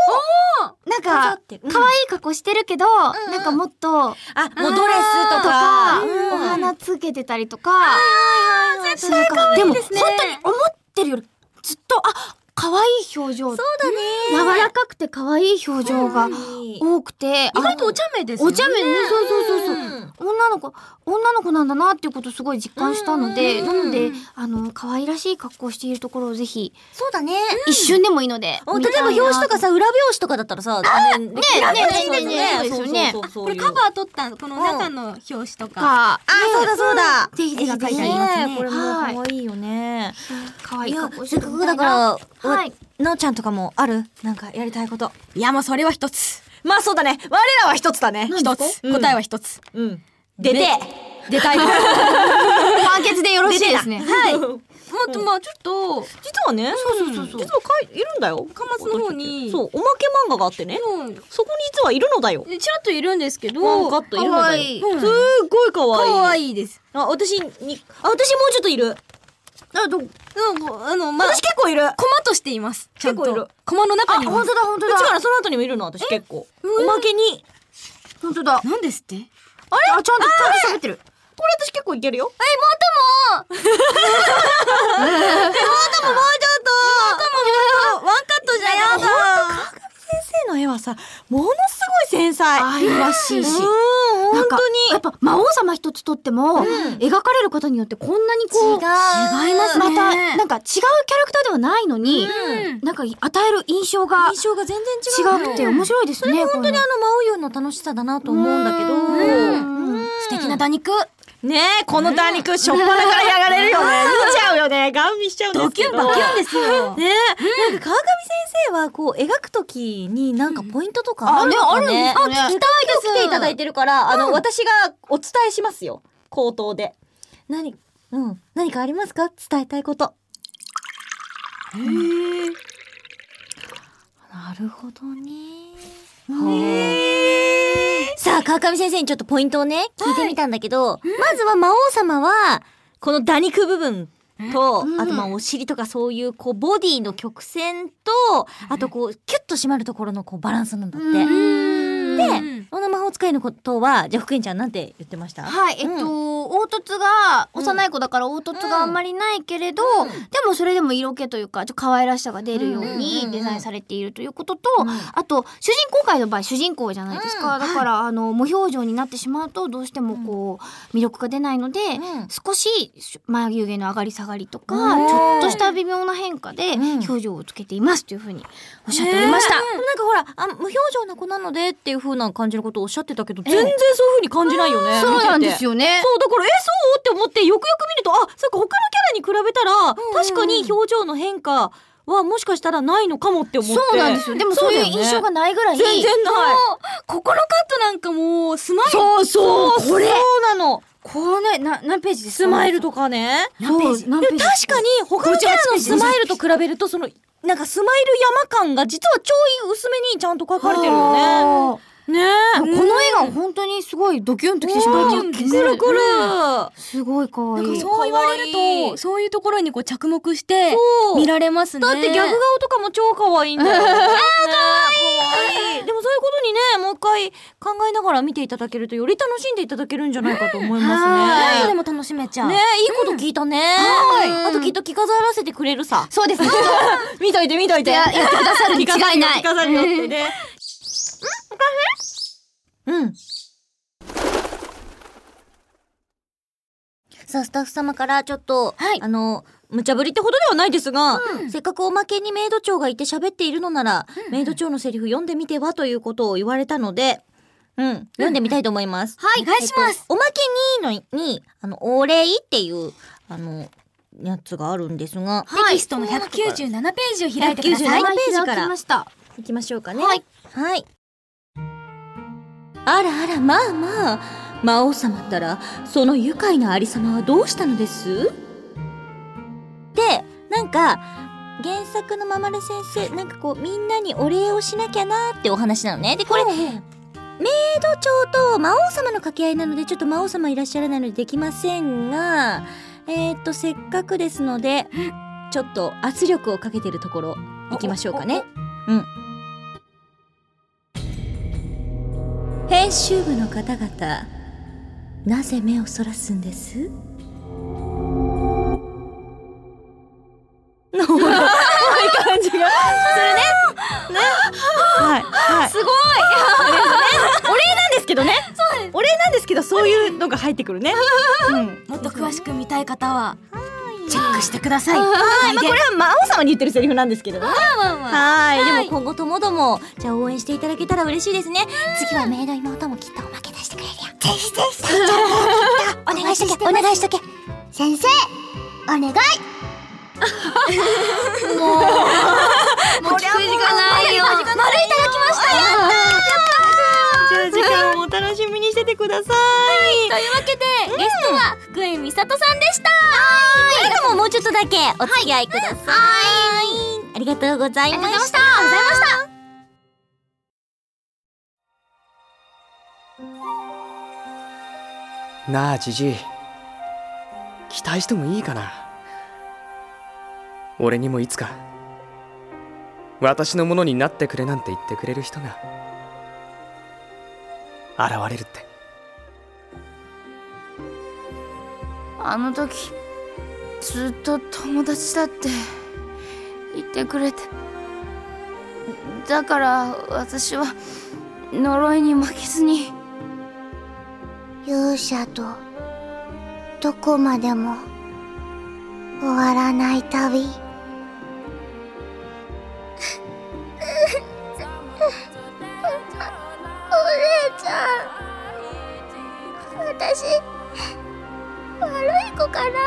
[SPEAKER 15] な
[SPEAKER 1] 飾
[SPEAKER 15] んか
[SPEAKER 1] ってるうん
[SPEAKER 15] 可愛い格好してるけど、なんかもっ
[SPEAKER 1] あ、
[SPEAKER 15] と
[SPEAKER 1] もうドレスとか、
[SPEAKER 15] と
[SPEAKER 1] うん
[SPEAKER 15] お花つけてたりとか、
[SPEAKER 1] 絶
[SPEAKER 15] 対可
[SPEAKER 1] 愛い
[SPEAKER 15] で
[SPEAKER 1] で
[SPEAKER 15] も
[SPEAKER 1] す
[SPEAKER 15] 本
[SPEAKER 1] ね
[SPEAKER 15] 当に思ってるよりずっとあ可愛い表情。そう
[SPEAKER 1] だね
[SPEAKER 15] 柔らかくて可愛い表情が多くて、意外とお茶目です、ね。お茶目ね、そうそうそうそう。女の子女の子なんだなっていうことをすごい実感したので、なのであの可愛らしい格好をしているところをぜひ
[SPEAKER 1] そうだね。
[SPEAKER 15] 一瞬でもいいので、
[SPEAKER 1] お例えば表紙とか
[SPEAKER 15] さ
[SPEAKER 1] さ、裏表紙とかだったらさ、ね
[SPEAKER 15] ねねねね
[SPEAKER 1] そうそうそうそう
[SPEAKER 15] これ
[SPEAKER 2] カバー取ったこの中の表紙とか、
[SPEAKER 15] か。あ、
[SPEAKER 1] そうだそうだ。
[SPEAKER 15] ぜひぜひ書いてありますね。
[SPEAKER 1] これも
[SPEAKER 15] はい
[SPEAKER 1] 可愛いよね。
[SPEAKER 15] 可愛
[SPEAKER 1] い
[SPEAKER 15] い
[SPEAKER 1] や
[SPEAKER 15] 格好、し
[SPEAKER 1] せ
[SPEAKER 15] て
[SPEAKER 1] っか
[SPEAKER 15] るみ
[SPEAKER 1] く
[SPEAKER 15] たい
[SPEAKER 1] だから、
[SPEAKER 15] なは
[SPEAKER 1] わ
[SPEAKER 15] い。
[SPEAKER 1] なおちゃんとかもあるなんかやりたいこと。
[SPEAKER 2] いやもうそれは一つ
[SPEAKER 4] まあそうだね我らは一つだね
[SPEAKER 2] 一つ、答えは一つ
[SPEAKER 4] うん
[SPEAKER 1] 出て
[SPEAKER 2] 出たいも
[SPEAKER 15] 完結でよろしいですね。 はい。
[SPEAKER 2] っとまあちょっと
[SPEAKER 4] 実はね、
[SPEAKER 15] そうそうそう
[SPEAKER 4] 実は書いいるんだよ
[SPEAKER 2] 巻末の方に
[SPEAKER 4] そうおまけ漫画があってね
[SPEAKER 2] うん
[SPEAKER 4] そこに実はいるのだよ
[SPEAKER 2] でちらっといるんですけど
[SPEAKER 4] ワンカットいるのだよ
[SPEAKER 15] いい
[SPEAKER 2] うん
[SPEAKER 4] すっごい可愛い
[SPEAKER 2] 可愛いです
[SPEAKER 4] あ私にあ私もうちょっといるあど
[SPEAKER 2] うんこうあのまあ
[SPEAKER 4] 私結構いる
[SPEAKER 2] コマとしていますちゃんと
[SPEAKER 4] 結構いる
[SPEAKER 2] コマの中にいます
[SPEAKER 15] 本当だ本当
[SPEAKER 4] うちか
[SPEAKER 15] だ。
[SPEAKER 4] らその後にもいるの私結構おまけに
[SPEAKER 15] 本当だ。
[SPEAKER 2] なんですって
[SPEAKER 15] あれあ、ちゃんと、ちゃんと喋ってる。
[SPEAKER 4] これ私結構いけるよあワンカットじゃやだほんと川上先生の絵はさものすごい繊細
[SPEAKER 15] 愛らしいし。
[SPEAKER 4] うん
[SPEAKER 15] な
[SPEAKER 4] 本
[SPEAKER 15] んか
[SPEAKER 4] 当に
[SPEAKER 15] やっぱ魔王様一つとっても、描かれる方によってこんなにこう違いますねまたなんか違うキャラクターではないのに、なんか与える印象が
[SPEAKER 1] 印象が全然違う。
[SPEAKER 15] 違くて面白いですね。
[SPEAKER 1] 本当にあ
[SPEAKER 15] こ
[SPEAKER 1] の、魔王湯の楽しさだなと思うんだけど。
[SPEAKER 15] ういうのうん
[SPEAKER 2] 素敵な打肉
[SPEAKER 4] ねえこの打肉しょっぱなからやられるよね見ちゃうよねガン見しちゃうんです
[SPEAKER 2] ド
[SPEAKER 4] け
[SPEAKER 2] キ
[SPEAKER 4] ど
[SPEAKER 2] ュンバキュンですよ
[SPEAKER 4] ね
[SPEAKER 1] なんか川上先生はこう描くときになんかポイントとか
[SPEAKER 15] あね
[SPEAKER 1] のか
[SPEAKER 15] あるんですね
[SPEAKER 1] あ聞きたいです。来ていただいてるから、あの、私がお伝えしますよ。口頭で。何、うん、何かありますか伝えたいこと。なるほどね。さあ、川上先生にちょっとポイントをね、聞いてみたんだけど、まずは魔王様は、この打肉部分と、あとまあお尻とかそういうこうボディの曲線と、あとこうキュッと締まるところのこうバランスなんだって。で、この魔法使いのことは、じゃあ福井ちゃんなんて言ってました
[SPEAKER 15] はい、えっと、凹凸が、幼い子だから凹凸があんまりないけれど、でもそれでも色気というか、ちょっと可愛らしさが出るようにデザインされているということと、あと、主人公界の場合、主人公じゃないですか。だから、あの、無表情になってしまうと、どうしてもこう、魅力が出ないので、少し眉毛の上がり下がりとか、
[SPEAKER 1] うん
[SPEAKER 15] ちょっとした微妙な変化で、表情をつけていますというふうにおっしゃっておりました。
[SPEAKER 1] ねえなんかほらあ無表情な子なのでっていう風な感じのことをおっしゃってたけど全然そういう風に感じないよね、
[SPEAKER 15] うんそうなんですよね
[SPEAKER 1] 見ててそうだからえそうって思ってよくよく見るとあそっか他のキャラに比べたら、確かに表情の変化はもしかしたらないのかもって思って
[SPEAKER 15] そうなんですよでもそういう印象がないぐらい
[SPEAKER 1] そうだよね全然ない
[SPEAKER 2] 心カットなんかもうスマイル
[SPEAKER 1] そうそう
[SPEAKER 2] これ
[SPEAKER 1] そうなの
[SPEAKER 15] これな何ページです
[SPEAKER 1] スマイルとかね
[SPEAKER 15] 何ページ
[SPEAKER 1] そう
[SPEAKER 15] 何ページ
[SPEAKER 1] でも確かに他のキャラのスマイルと比べるとそのなんかスマイル山感が実はちょい薄めにちゃんと書かれてるよねねえ
[SPEAKER 15] この絵が本当にすごいドキュンときてしまう
[SPEAKER 1] うんくるくる
[SPEAKER 15] すごい可
[SPEAKER 2] なん
[SPEAKER 15] 愛
[SPEAKER 2] か
[SPEAKER 15] い
[SPEAKER 2] そう言われるとそういうところにこう着目して
[SPEAKER 1] そう
[SPEAKER 2] 見られますね
[SPEAKER 1] だってギャグ顔とかも超可愛いんだよ。
[SPEAKER 2] う
[SPEAKER 1] あ
[SPEAKER 2] ん
[SPEAKER 1] ー
[SPEAKER 2] ね
[SPEAKER 1] 可愛いでもそういうことにね、もう一回考えながら見ていただけるとより楽しんでいただけるんじゃないかと思いますね。
[SPEAKER 2] 何度でも楽しめちゃう
[SPEAKER 1] ねいいこと聞いたね。
[SPEAKER 2] はい
[SPEAKER 1] あときっと着飾らせてくれるさ。
[SPEAKER 15] そうですね。
[SPEAKER 1] 見といて見といて。
[SPEAKER 15] いややってくださるに違いない
[SPEAKER 1] 着飾るよ着飾るよってね。うん。さあ、スタッフ様からちょっと、あの、無茶ぶりってほどではないですが、せっかくおまけにメイド長がいて喋っているのなら、メイド長のセリフ読んでみてはということを言われたので、うん、読んでみたいと思います。
[SPEAKER 2] はいお願いします
[SPEAKER 1] えっとおまけにの、に、あの、お礼っていう、あの、やつがあるんですが、
[SPEAKER 2] テキストの197ページを開いてください
[SPEAKER 1] 197ページから
[SPEAKER 2] 開きま
[SPEAKER 1] 行きましょうかねはい、あらあらまあまあ魔王様ったらその愉快なありさまはどうしたのですでなんか原作のままる先生なんかこうみんなにお礼をしなきゃなーってお話なのねでこれ、メイド長と魔王様の掛け合いなのでちょっと魔王様いらっしゃらないのでできませんがえー、っとせっかくですのでちょっと圧力をかけてるところ行きましょうかねうん編集部の方々なぜ目をそらすんですのこういう感じがするねねはいはい
[SPEAKER 15] すごい
[SPEAKER 1] お礼なんですけどねお礼なんですけどそういうのが入ってくるね、うん、
[SPEAKER 2] もっと詳しく見たい方はチェックしてください
[SPEAKER 1] はい、まあ、これは魔王様に言ってるセリフなんですけどね
[SPEAKER 2] はい
[SPEAKER 1] はいでも今後ともどもじゃあ応援していただけたら嬉しいですね次はメイド妹もきっとおまけ出してくれるよ
[SPEAKER 16] ぜひぜひ、さいちゃんもきっとお願いしとけ、お願いしとけ。先生、お願い。もう、もう聞く時間ないよ。丸いただきましたよ。
[SPEAKER 4] じゃあ次回もお楽しみにしててください。
[SPEAKER 2] というわけでゲストは福井美里さんでした
[SPEAKER 1] あなたももうちょっとだけお付き合いください、ありがとうございましたありがとうございました
[SPEAKER 6] なあじじい期待してもいいかな俺にもいつか私のものになってくれなんて言ってくれる人が現れるって
[SPEAKER 16] あの時、ずっと友達だって言ってくれて。だから私は呪いに負けずに。
[SPEAKER 17] 勇者とどこまでも終わらない旅
[SPEAKER 16] お姉ちゃん私悪い子かな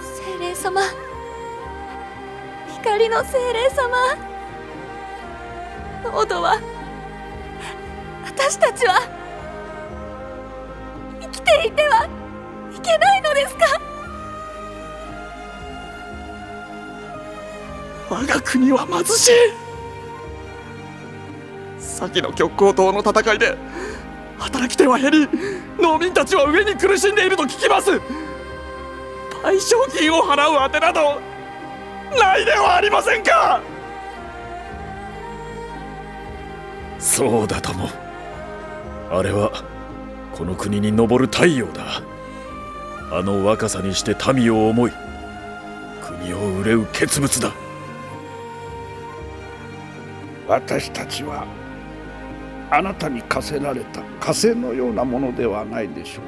[SPEAKER 13] 精霊様光の精霊様オドは私たちは生きていてはいけないのですか
[SPEAKER 18] 我が国は貧しい先の極光島の戦いで働き手は減り農民たちは上に苦しんでいると聞きます
[SPEAKER 19] 賠償金を払うあてなどないではありませんか
[SPEAKER 11] そうだともあれはこの国に昇る太陽だあの若さにして民を思い国を憂う傑物だ
[SPEAKER 20] 私たちはあなたに課せられた火星のようなものではないでしょ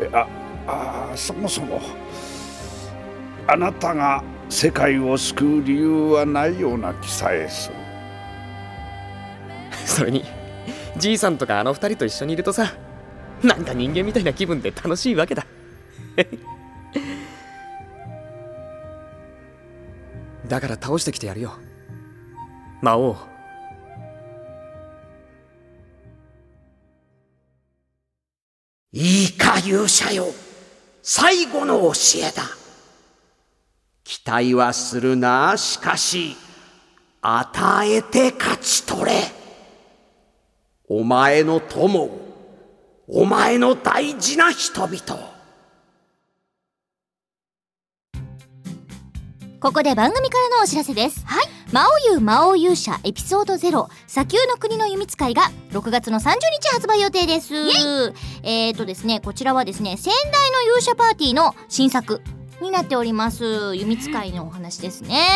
[SPEAKER 20] うかえああそもそもあなたが世界を救う理由はないような気さえする
[SPEAKER 6] それにじいさんとかあの二人と一緒にいるとさなんか人間みたいな気分で楽しいわ けだだから倒してきてやるよ魔王
[SPEAKER 21] いいか勇者よ最後の教えだ期待はするなしかし与えて勝ち取れお前の友をお前の大事な人々を
[SPEAKER 1] ここで番組からのお知らせです。はい。魔王優魔王勇者エピソード0砂丘の国の弓使いが6月の30日発売予定です。えーとですね、こちらはですね、先代の勇者パーティーの新作になっております。弓使いのお話ですね。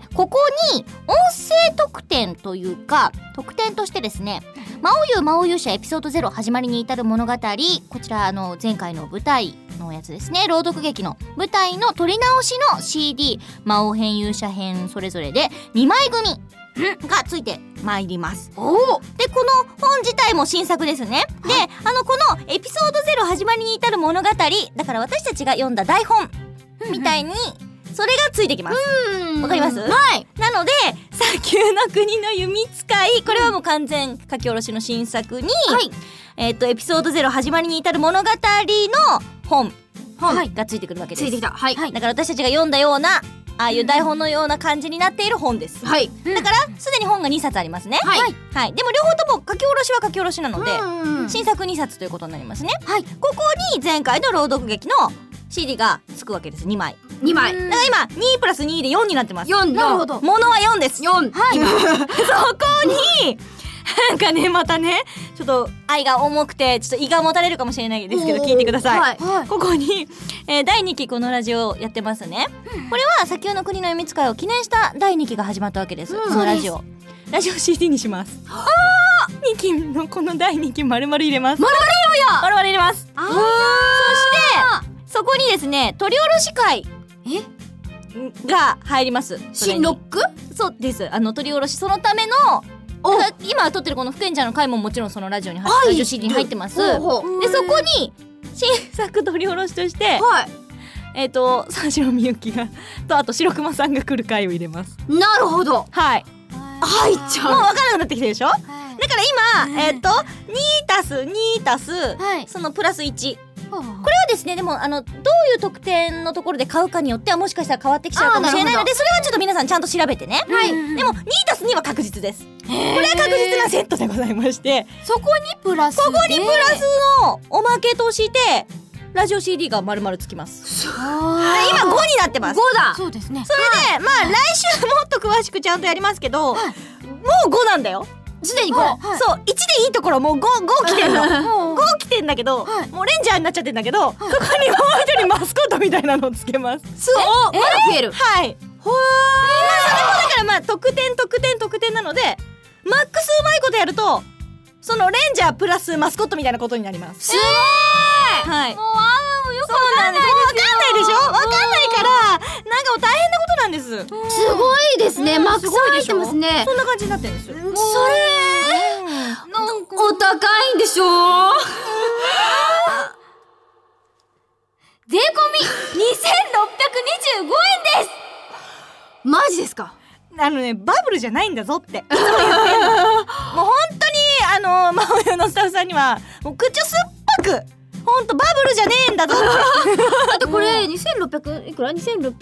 [SPEAKER 1] で、ここに音声特典というか、特典としてですね、魔王優魔王勇者エピソード0始まりに至る物語こちらあの前回の舞台のやつですね朗読劇の舞台の撮り直しの CD 魔王編勇者編それぞれで2枚組がついてまいりますでこの本自体も新作ですねであのこの「エピソード0始まりに至る物語」だから私たちが読んだ台本みたいにそれがついてきますわかります
[SPEAKER 4] はい
[SPEAKER 1] なので
[SPEAKER 4] 砂丘の国の弓使いこれはもう完全書き下ろしの新作に、えっ、とエピソードゼロ始まりに至る物語の本本がついてくるわけです、
[SPEAKER 1] ついてきた
[SPEAKER 4] はいだから私たちが読んだようなああいう台本のような感じになっている本です、はい、だからすでに本が2冊ありますねはい、でも両方とも書き下ろしは書き下ろしなので新作2冊ということになりますねはいここに前回の朗読劇の CD がつくわけです2枚
[SPEAKER 15] 2枚
[SPEAKER 4] だから今2プラス2で4になってます4
[SPEAKER 15] なるほど
[SPEAKER 4] ものは4です
[SPEAKER 15] 4
[SPEAKER 4] はい そこになんかねまたねちょっと愛が重くてちょっと胃がもたれるかもしれないですけど
[SPEAKER 1] おー
[SPEAKER 4] 聞いてください、
[SPEAKER 1] はい
[SPEAKER 4] ここに、えー第2期このラジオやってますねこれは砂丘の国の読み使いを記念した第2期が始まったわけです、
[SPEAKER 1] うん
[SPEAKER 4] このラジ
[SPEAKER 1] そ
[SPEAKER 4] オ
[SPEAKER 1] う
[SPEAKER 4] ラジオ CD にしますあ2期のこの第2期丸々入れます
[SPEAKER 1] 丸々入れようよ
[SPEAKER 4] 丸々入れます
[SPEAKER 1] あー
[SPEAKER 4] そしてそこにですね取り下ろし会が入ります新ロックそうですあの取り下ろしそのためのだから今撮ってるこの福ンちゃんの回ももちろんそのラジオに入っ
[SPEAKER 1] は
[SPEAKER 4] て
[SPEAKER 1] い
[SPEAKER 4] ラジオ CD に入ってますでそ
[SPEAKER 1] ほう
[SPEAKER 4] こ
[SPEAKER 1] ほう
[SPEAKER 4] に新作取り下ろしとしてえっと三四郎みゆきがとあと白熊さんが来る回を入れます
[SPEAKER 15] なるほど
[SPEAKER 4] はい
[SPEAKER 15] 入っちゃう
[SPEAKER 4] もう分からなくなってきてるでしょ、だから今、えっ、と2たす2たす、そのプラス1これはですねでもあのどういう特典のところで買うかによってはもしかしたら変わってきちゃうかもしれない
[SPEAKER 1] あーなるほど
[SPEAKER 4] のでそれはちょっと皆さんちゃんと調べてね、
[SPEAKER 1] はい
[SPEAKER 4] でも2たす2は確実ですこれは確実なセットでございまして
[SPEAKER 1] そこにプラス
[SPEAKER 4] ここにプラスのおまけとしてラジオ CD が丸々つきます
[SPEAKER 1] あー
[SPEAKER 4] 今5になってます
[SPEAKER 1] 5だ
[SPEAKER 4] そうです
[SPEAKER 1] ね
[SPEAKER 4] それで、まあ来週もっと詳しくちゃんとやりますけど、もう5なんだよすでに5、
[SPEAKER 1] はい
[SPEAKER 4] そう1でいいところもう 5, 5来てん
[SPEAKER 1] うん
[SPEAKER 4] の5来てんだけど、もうレンジャーになっちゃってんだけど、そこにもう一人マスコットみたいなのをつけます
[SPEAKER 15] すおまだ増える
[SPEAKER 4] はいほーそれもだからまあ得点得点得点なのでマックスうまいことやるとそのレンジャープラスマスコットみたいなことになります
[SPEAKER 15] すごい
[SPEAKER 4] はい
[SPEAKER 1] もうあーよくわかんない
[SPEAKER 4] ですよわかんないでしょわかんないからなんかもう大変なことなんです
[SPEAKER 15] すごいですね
[SPEAKER 4] うん
[SPEAKER 15] マックス入ってますね
[SPEAKER 4] すごいでしょそんな感じになってるんですよ
[SPEAKER 15] それお高いんでしょ
[SPEAKER 1] 税込み2625円です
[SPEAKER 4] マジですかあのねバブルじゃないんだぞっていつも言ってんの もう本当にあの真央のスタッフさんにはもう口を酸っぱく本当バブルじゃねえんだぞって
[SPEAKER 15] だってこれ2600いくら2625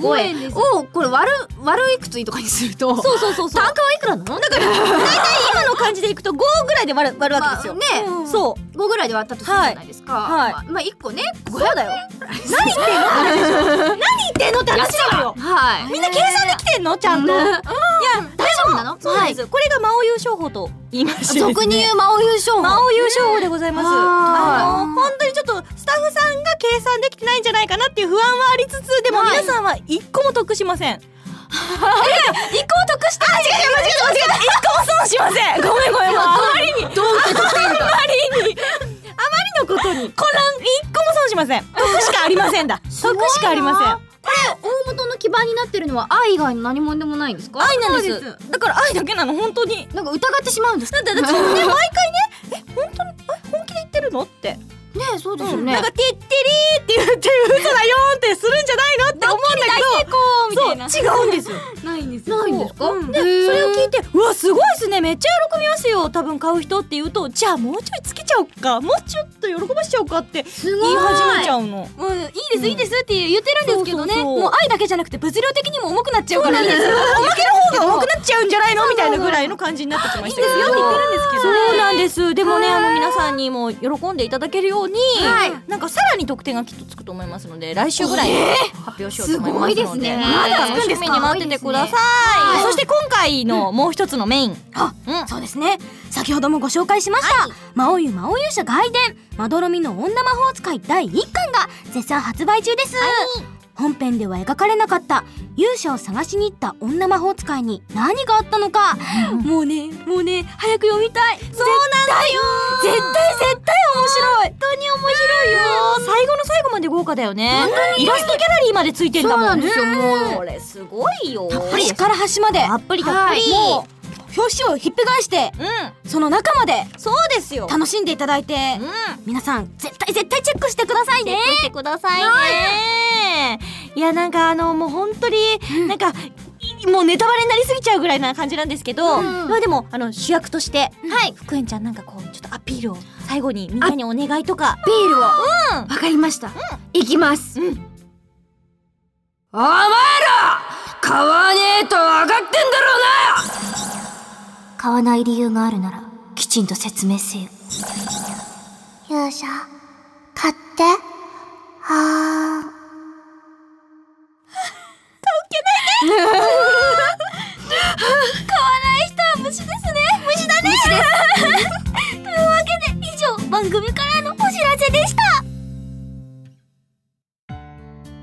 [SPEAKER 4] 2625
[SPEAKER 15] 円
[SPEAKER 4] 円
[SPEAKER 15] で
[SPEAKER 4] ですす
[SPEAKER 15] をこれ割る割るいくつとかにすると
[SPEAKER 4] そうそうそうそう
[SPEAKER 15] 単価はいくらなの
[SPEAKER 4] だから大体今の価感じでいくと5ぐらいで割る割るわけですよ、
[SPEAKER 15] まあね
[SPEAKER 4] うんそう
[SPEAKER 15] 5ぐらいで割ったとするじゃないですか
[SPEAKER 4] はい
[SPEAKER 15] まあまあ一個ね
[SPEAKER 4] そうだよ何言ってんの何言ってんのって話なのよ
[SPEAKER 15] はい
[SPEAKER 4] みんな計算できてんのちゃんと、
[SPEAKER 15] うん
[SPEAKER 4] いや大丈夫な
[SPEAKER 15] の
[SPEAKER 4] そうなんですよ、これが魔王優勝法と言いましてですね
[SPEAKER 15] 俗に言う魔王優勝法
[SPEAKER 4] 魔王優勝法でございます、
[SPEAKER 15] うん
[SPEAKER 4] あの本当にちょっとスタッフさんが計算できてないんじゃないかなっていう不安はありつつでも皆さんは一個も得し ません、一個も得してない違う違う間違えた間違えた一個も損しませんごめんごめんあまりに
[SPEAKER 15] どう受け取ってんだ
[SPEAKER 4] あまりにあまりのことにこの一個も損しません 得しかありませんだ
[SPEAKER 15] すごいな
[SPEAKER 4] 得しかありません
[SPEAKER 15] これ大元の基盤になってるのは愛以外の何もでもないんですか
[SPEAKER 4] 愛なんですだから愛だけなの本当に
[SPEAKER 15] なんか疑ってしまうんです
[SPEAKER 4] だってだってね毎回ねえ本当にえ本気で言ってるのってね
[SPEAKER 15] そう
[SPEAKER 4] です
[SPEAKER 15] よね
[SPEAKER 4] なんかてってりーって言って嘘だよーってするんじゃないのって思うんだけど
[SPEAKER 15] みたいな
[SPEAKER 4] そう違うんですよ
[SPEAKER 15] ないんです
[SPEAKER 4] ないんですか、でそれを聞いて「うわすごいですねめっちゃ喜びますよ多分買う人」って言うと「じゃあもうちょいつけちゃおうかもうちょっと喜ばしちゃおうか」って言い
[SPEAKER 15] ごい
[SPEAKER 4] 始めちゃうの。
[SPEAKER 2] もういいですいいですって言ってるんですけどねもう愛だけじゃなくて物量的にも重くなっちゃうから
[SPEAKER 4] そうなんですよおまけの方が重くなっちゃうんじゃないのみたいなぐらいの感じになってきました
[SPEAKER 2] いいんですよって言ってるんですけど
[SPEAKER 4] そうなんですでもねあの皆さんにも喜んでいただけるように、なんかさらに得点がきっとつくと思いますので来週ぐらいに発表しようと思いますので、
[SPEAKER 15] すごいですね
[SPEAKER 4] はい
[SPEAKER 15] まだつくんですか
[SPEAKER 4] 楽しみに待っててください
[SPEAKER 2] はい
[SPEAKER 4] そして今回のもう一つのメイン、
[SPEAKER 2] あ、そうですね先ほどもご紹介しました、魔王湯魔王勇者外伝まどろみの女魔法使い第1巻が絶賛発売中です、本編では描かれなかった勇者を探しに行った女魔法使いに何があったのか、もうねもうね早く読みたいそうなんだよ絶対絶対面白い本当に面白いよ
[SPEAKER 4] 最後の最後まで豪華だよね
[SPEAKER 2] 本当に
[SPEAKER 4] イラストギャラリーまでついてんだもん
[SPEAKER 2] そうなんですよもう
[SPEAKER 4] これすごいよ
[SPEAKER 2] たっぷり端から端までたっ
[SPEAKER 4] ぷりたっぷり
[SPEAKER 2] もう表紙をひっぺ返して、その中までそうですよ楽しんでいただいて、皆さん絶対絶対チェックしてください
[SPEAKER 4] チ
[SPEAKER 2] ね
[SPEAKER 4] ェックしてくださいねいやなんかあのもう本当になんか、いもうネタバレになりすぎちゃうぐらいな感じなんですけど、まあでもあの主役として、福円ちゃんなんかこうちょっとアピールを最後にみんなにお願いとか
[SPEAKER 15] ビールをわ
[SPEAKER 4] うん
[SPEAKER 15] かりましたいきます
[SPEAKER 22] お前ら買わねえと分かってんだろうな
[SPEAKER 17] 買わない理由があるならきちんと説明せよ勇者買ってあー
[SPEAKER 2] 買わない人は虫ですね虫だね虫です というわけで以上番組からのお知らせでした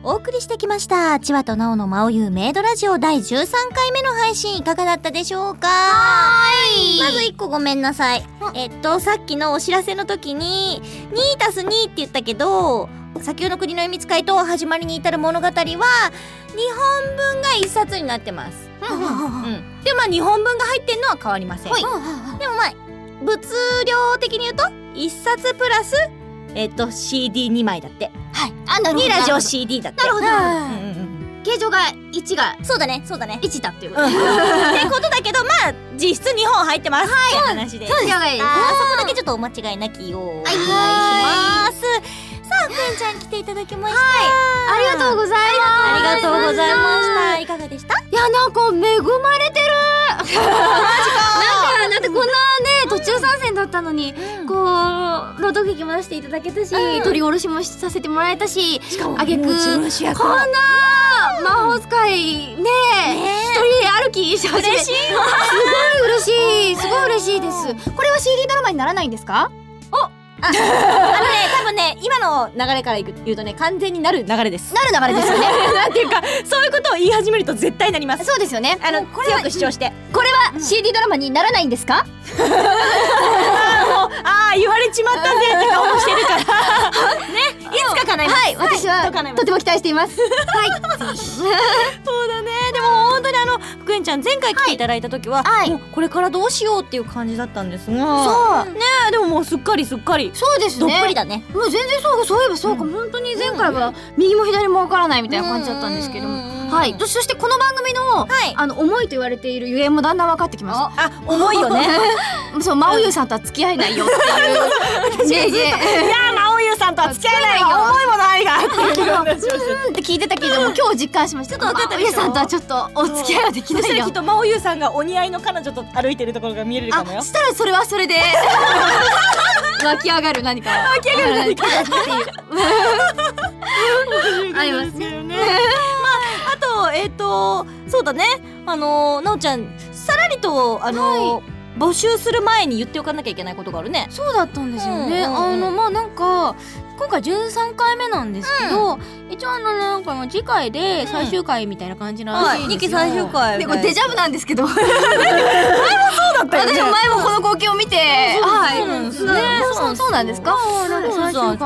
[SPEAKER 1] お送りしてきました千葉と奈緒の真央ゆうメイドラジオ第13回目の配信いかがだったでしょうか
[SPEAKER 17] はい
[SPEAKER 1] まず1個ごめんなさいえっとさっきのお知らせの時に2たす2って言ったけど先ほどの国の秘密会と始まりに至る物語は2本分が1冊になってます、うん、でまあ2本分が入ってんのは変わりません、でもまあ物量的に言うと1冊プラスえっと CD2 枚だってはい
[SPEAKER 15] あなるほど
[SPEAKER 1] にラジオ CD だって
[SPEAKER 15] なるほど
[SPEAKER 1] うん
[SPEAKER 15] 形状が1が
[SPEAKER 1] そうだねそうだね
[SPEAKER 15] 1だっていう
[SPEAKER 1] うんってことだけどまあ実質2本入ってますっていう話で
[SPEAKER 15] そうです
[SPEAKER 1] あ
[SPEAKER 15] はい
[SPEAKER 1] ーそこだけちょっとお間違いなきようお願いしますさあくんちゃん来ていただきました
[SPEAKER 15] ありがとうございます
[SPEAKER 1] ありがとうございましたいかがでした
[SPEAKER 15] いやなんか恵まれて るマジかなんかだってこんなね途中参戦だったのに、こう朗読劇も出していただけたし、
[SPEAKER 2] うん
[SPEAKER 15] 取り下ろしもさせてもらえたししかもあげくこ
[SPEAKER 2] もう自分
[SPEAKER 15] んな
[SPEAKER 2] の主役
[SPEAKER 15] 魔法使いね一人歩きし始め
[SPEAKER 2] 嬉しい
[SPEAKER 15] すごい嬉しいすごい嬉しいですこれは CD ドラマにならないんですか
[SPEAKER 1] ああのね多分ね今の流れからいく言うとね完全になる流れです
[SPEAKER 15] なる流れですよね
[SPEAKER 1] なんていうかそういうことを言い始めると絶対なります
[SPEAKER 15] そうですよね
[SPEAKER 1] あの強く主張して
[SPEAKER 15] これは CD ドラマにならないんですか
[SPEAKER 4] あーもうあー言われちまったねって顔もしてるからねいつか叶います
[SPEAKER 15] はい私はとても期待していますはい
[SPEAKER 4] そうだねでも本当にあの福円ちゃん前回来ていただいた時は、もうこれからどうしようっていう感じだったんですが
[SPEAKER 15] そう
[SPEAKER 4] ねえでももうすっかりすっかり
[SPEAKER 15] そうですね
[SPEAKER 4] どっぷりだね
[SPEAKER 15] もう全然そうそういえばそうか、本当に前回は右も左もわからないみたいな感じだったんですけども、はい、そしてこの番組の、あの重いと言われているゆえんもだんだん分かってきました。あ、重いよね。そう、真央優さんとは付き合えないよっていう。ねえねえ
[SPEAKER 23] いやー真央優さんとは付き合えないよ重いもの愛がっていう話をして
[SPEAKER 15] うんって聞いてたけれども、今日実感しました。ちょっと
[SPEAKER 23] 分かったでしょ
[SPEAKER 15] 真央優さんとはちょっとお付き合いはできな
[SPEAKER 23] そした
[SPEAKER 15] い
[SPEAKER 23] ら
[SPEAKER 15] よ
[SPEAKER 23] きっ。と真央優さんがお似合いの彼女と歩いてるところが見えるかもよ
[SPEAKER 15] あしたらそれはそれで湧き上がる何か湧き上がる何かっていうありますねね
[SPEAKER 4] あとえっ、とそうだねあのなおちゃんさらりとあの、募集する前に言っておかなきゃいけないことがあるね
[SPEAKER 2] そうだったんですよね、
[SPEAKER 4] うんうん
[SPEAKER 2] あのまあなんか今回13回目なんですけど、一応あのなんかもう次回で最終回みたいな感じなんですよ、
[SPEAKER 15] はい二期最終回でこれデジャブなんですけど
[SPEAKER 2] そうだったよね
[SPEAKER 15] 私も前もこの光景を見てはい
[SPEAKER 2] そうなんですね
[SPEAKER 15] そうそうなんですか
[SPEAKER 2] そうそうそう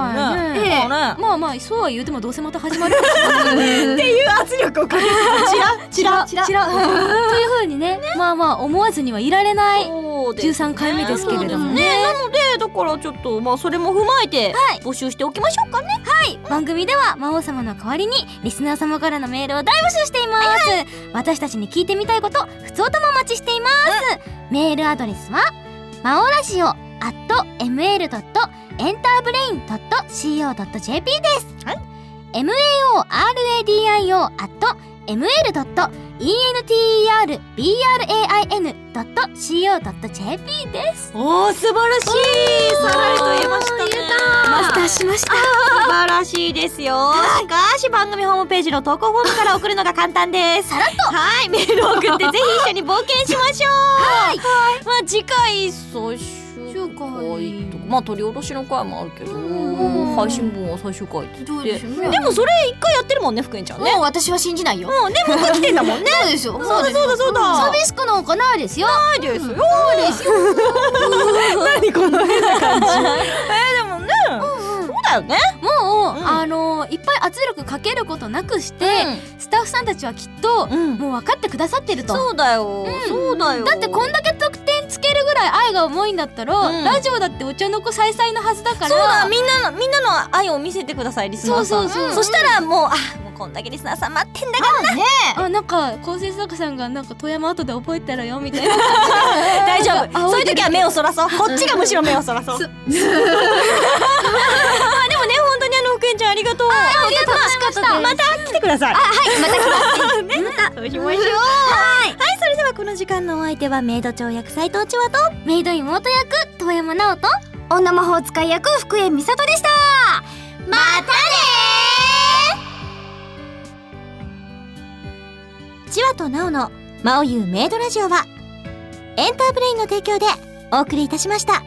[SPEAKER 15] ええ
[SPEAKER 2] まあまあそうは言うてもどうせまた始まるって
[SPEAKER 23] いう圧力をかけ て
[SPEAKER 2] チラチラチラ というふうにねまあまあ思わずにはいられない13回目ですけれどもね
[SPEAKER 4] ねなのでだからちょっとまあそれも踏まえて募集しておきましょうかね
[SPEAKER 2] はい番組では魔王様の代わりにリスナー様からのメールを大募集しています、私たちに聞いてみたいこと普通ともお待ちしています、メールアドレスは魔王ラジオ at ml.enterbrain.co.jp です、MAORADIO at ml.enterbrain.co.jp です
[SPEAKER 4] おー素晴らしいさらりと言えましたね
[SPEAKER 2] マスターしまし
[SPEAKER 4] 素
[SPEAKER 2] た
[SPEAKER 4] 晴らしいですよ、しかし番組ホームページの投稿フォームから送るのが簡単ですさらっとはいメールを送ってぜひ一緒に冒険しましょうはい、まあ次回最終回とかまあ取り下ろしの回もあるけど配信分は最終回って言って
[SPEAKER 15] でしょうね
[SPEAKER 4] でもそれ一回やってるもんね福井ちゃんね
[SPEAKER 15] もう私は信じないよ
[SPEAKER 4] うんねもう来てんだもんね
[SPEAKER 15] そうですよ
[SPEAKER 4] そうだそうだそうだ
[SPEAKER 15] 寂しくなんかないですよ
[SPEAKER 4] ないですよ
[SPEAKER 15] そうですよ
[SPEAKER 4] 何この変な感じ えでもね、
[SPEAKER 2] そう
[SPEAKER 4] だよね
[SPEAKER 2] もう、あのいっぱい圧力かけることなくして、スタッフさんたちはきっと、もう分かってくださってると
[SPEAKER 4] そうだよ、そうだよ
[SPEAKER 2] だってこんだけ得点つけるぐらい愛が重いんだったら、
[SPEAKER 4] うん
[SPEAKER 2] ラジオだってお茶の子さいさいのはずだから
[SPEAKER 4] そうだみんなのみんなの愛を見せてくださいリスナーさん
[SPEAKER 2] そうそうそ
[SPEAKER 4] そ
[SPEAKER 2] う
[SPEAKER 4] したらもうあもうこんだけリスナーさん待ってんだからな、
[SPEAKER 2] あなんか構成作家さんがなんか富山後で覚えたらよみたいな
[SPEAKER 4] 大丈夫そういう時は目をそらそうこっちがむしろ目をそら そうま あでもね本当にあの福井ちゃんありがとう
[SPEAKER 2] ありがとう楽しかったです
[SPEAKER 4] また来てください
[SPEAKER 2] あはいまた来ます
[SPEAKER 4] ねまたおしましょう
[SPEAKER 2] うん
[SPEAKER 4] はいはいそれではこの時間のお相手はメイド長役斎藤千和と
[SPEAKER 2] メイド妹役遠山奈緒と女魔法使い役福江美里でしたまたね
[SPEAKER 1] チワとナオの「まおゆうメイドラジオは」エンターブレインの提供でお送りいたしました。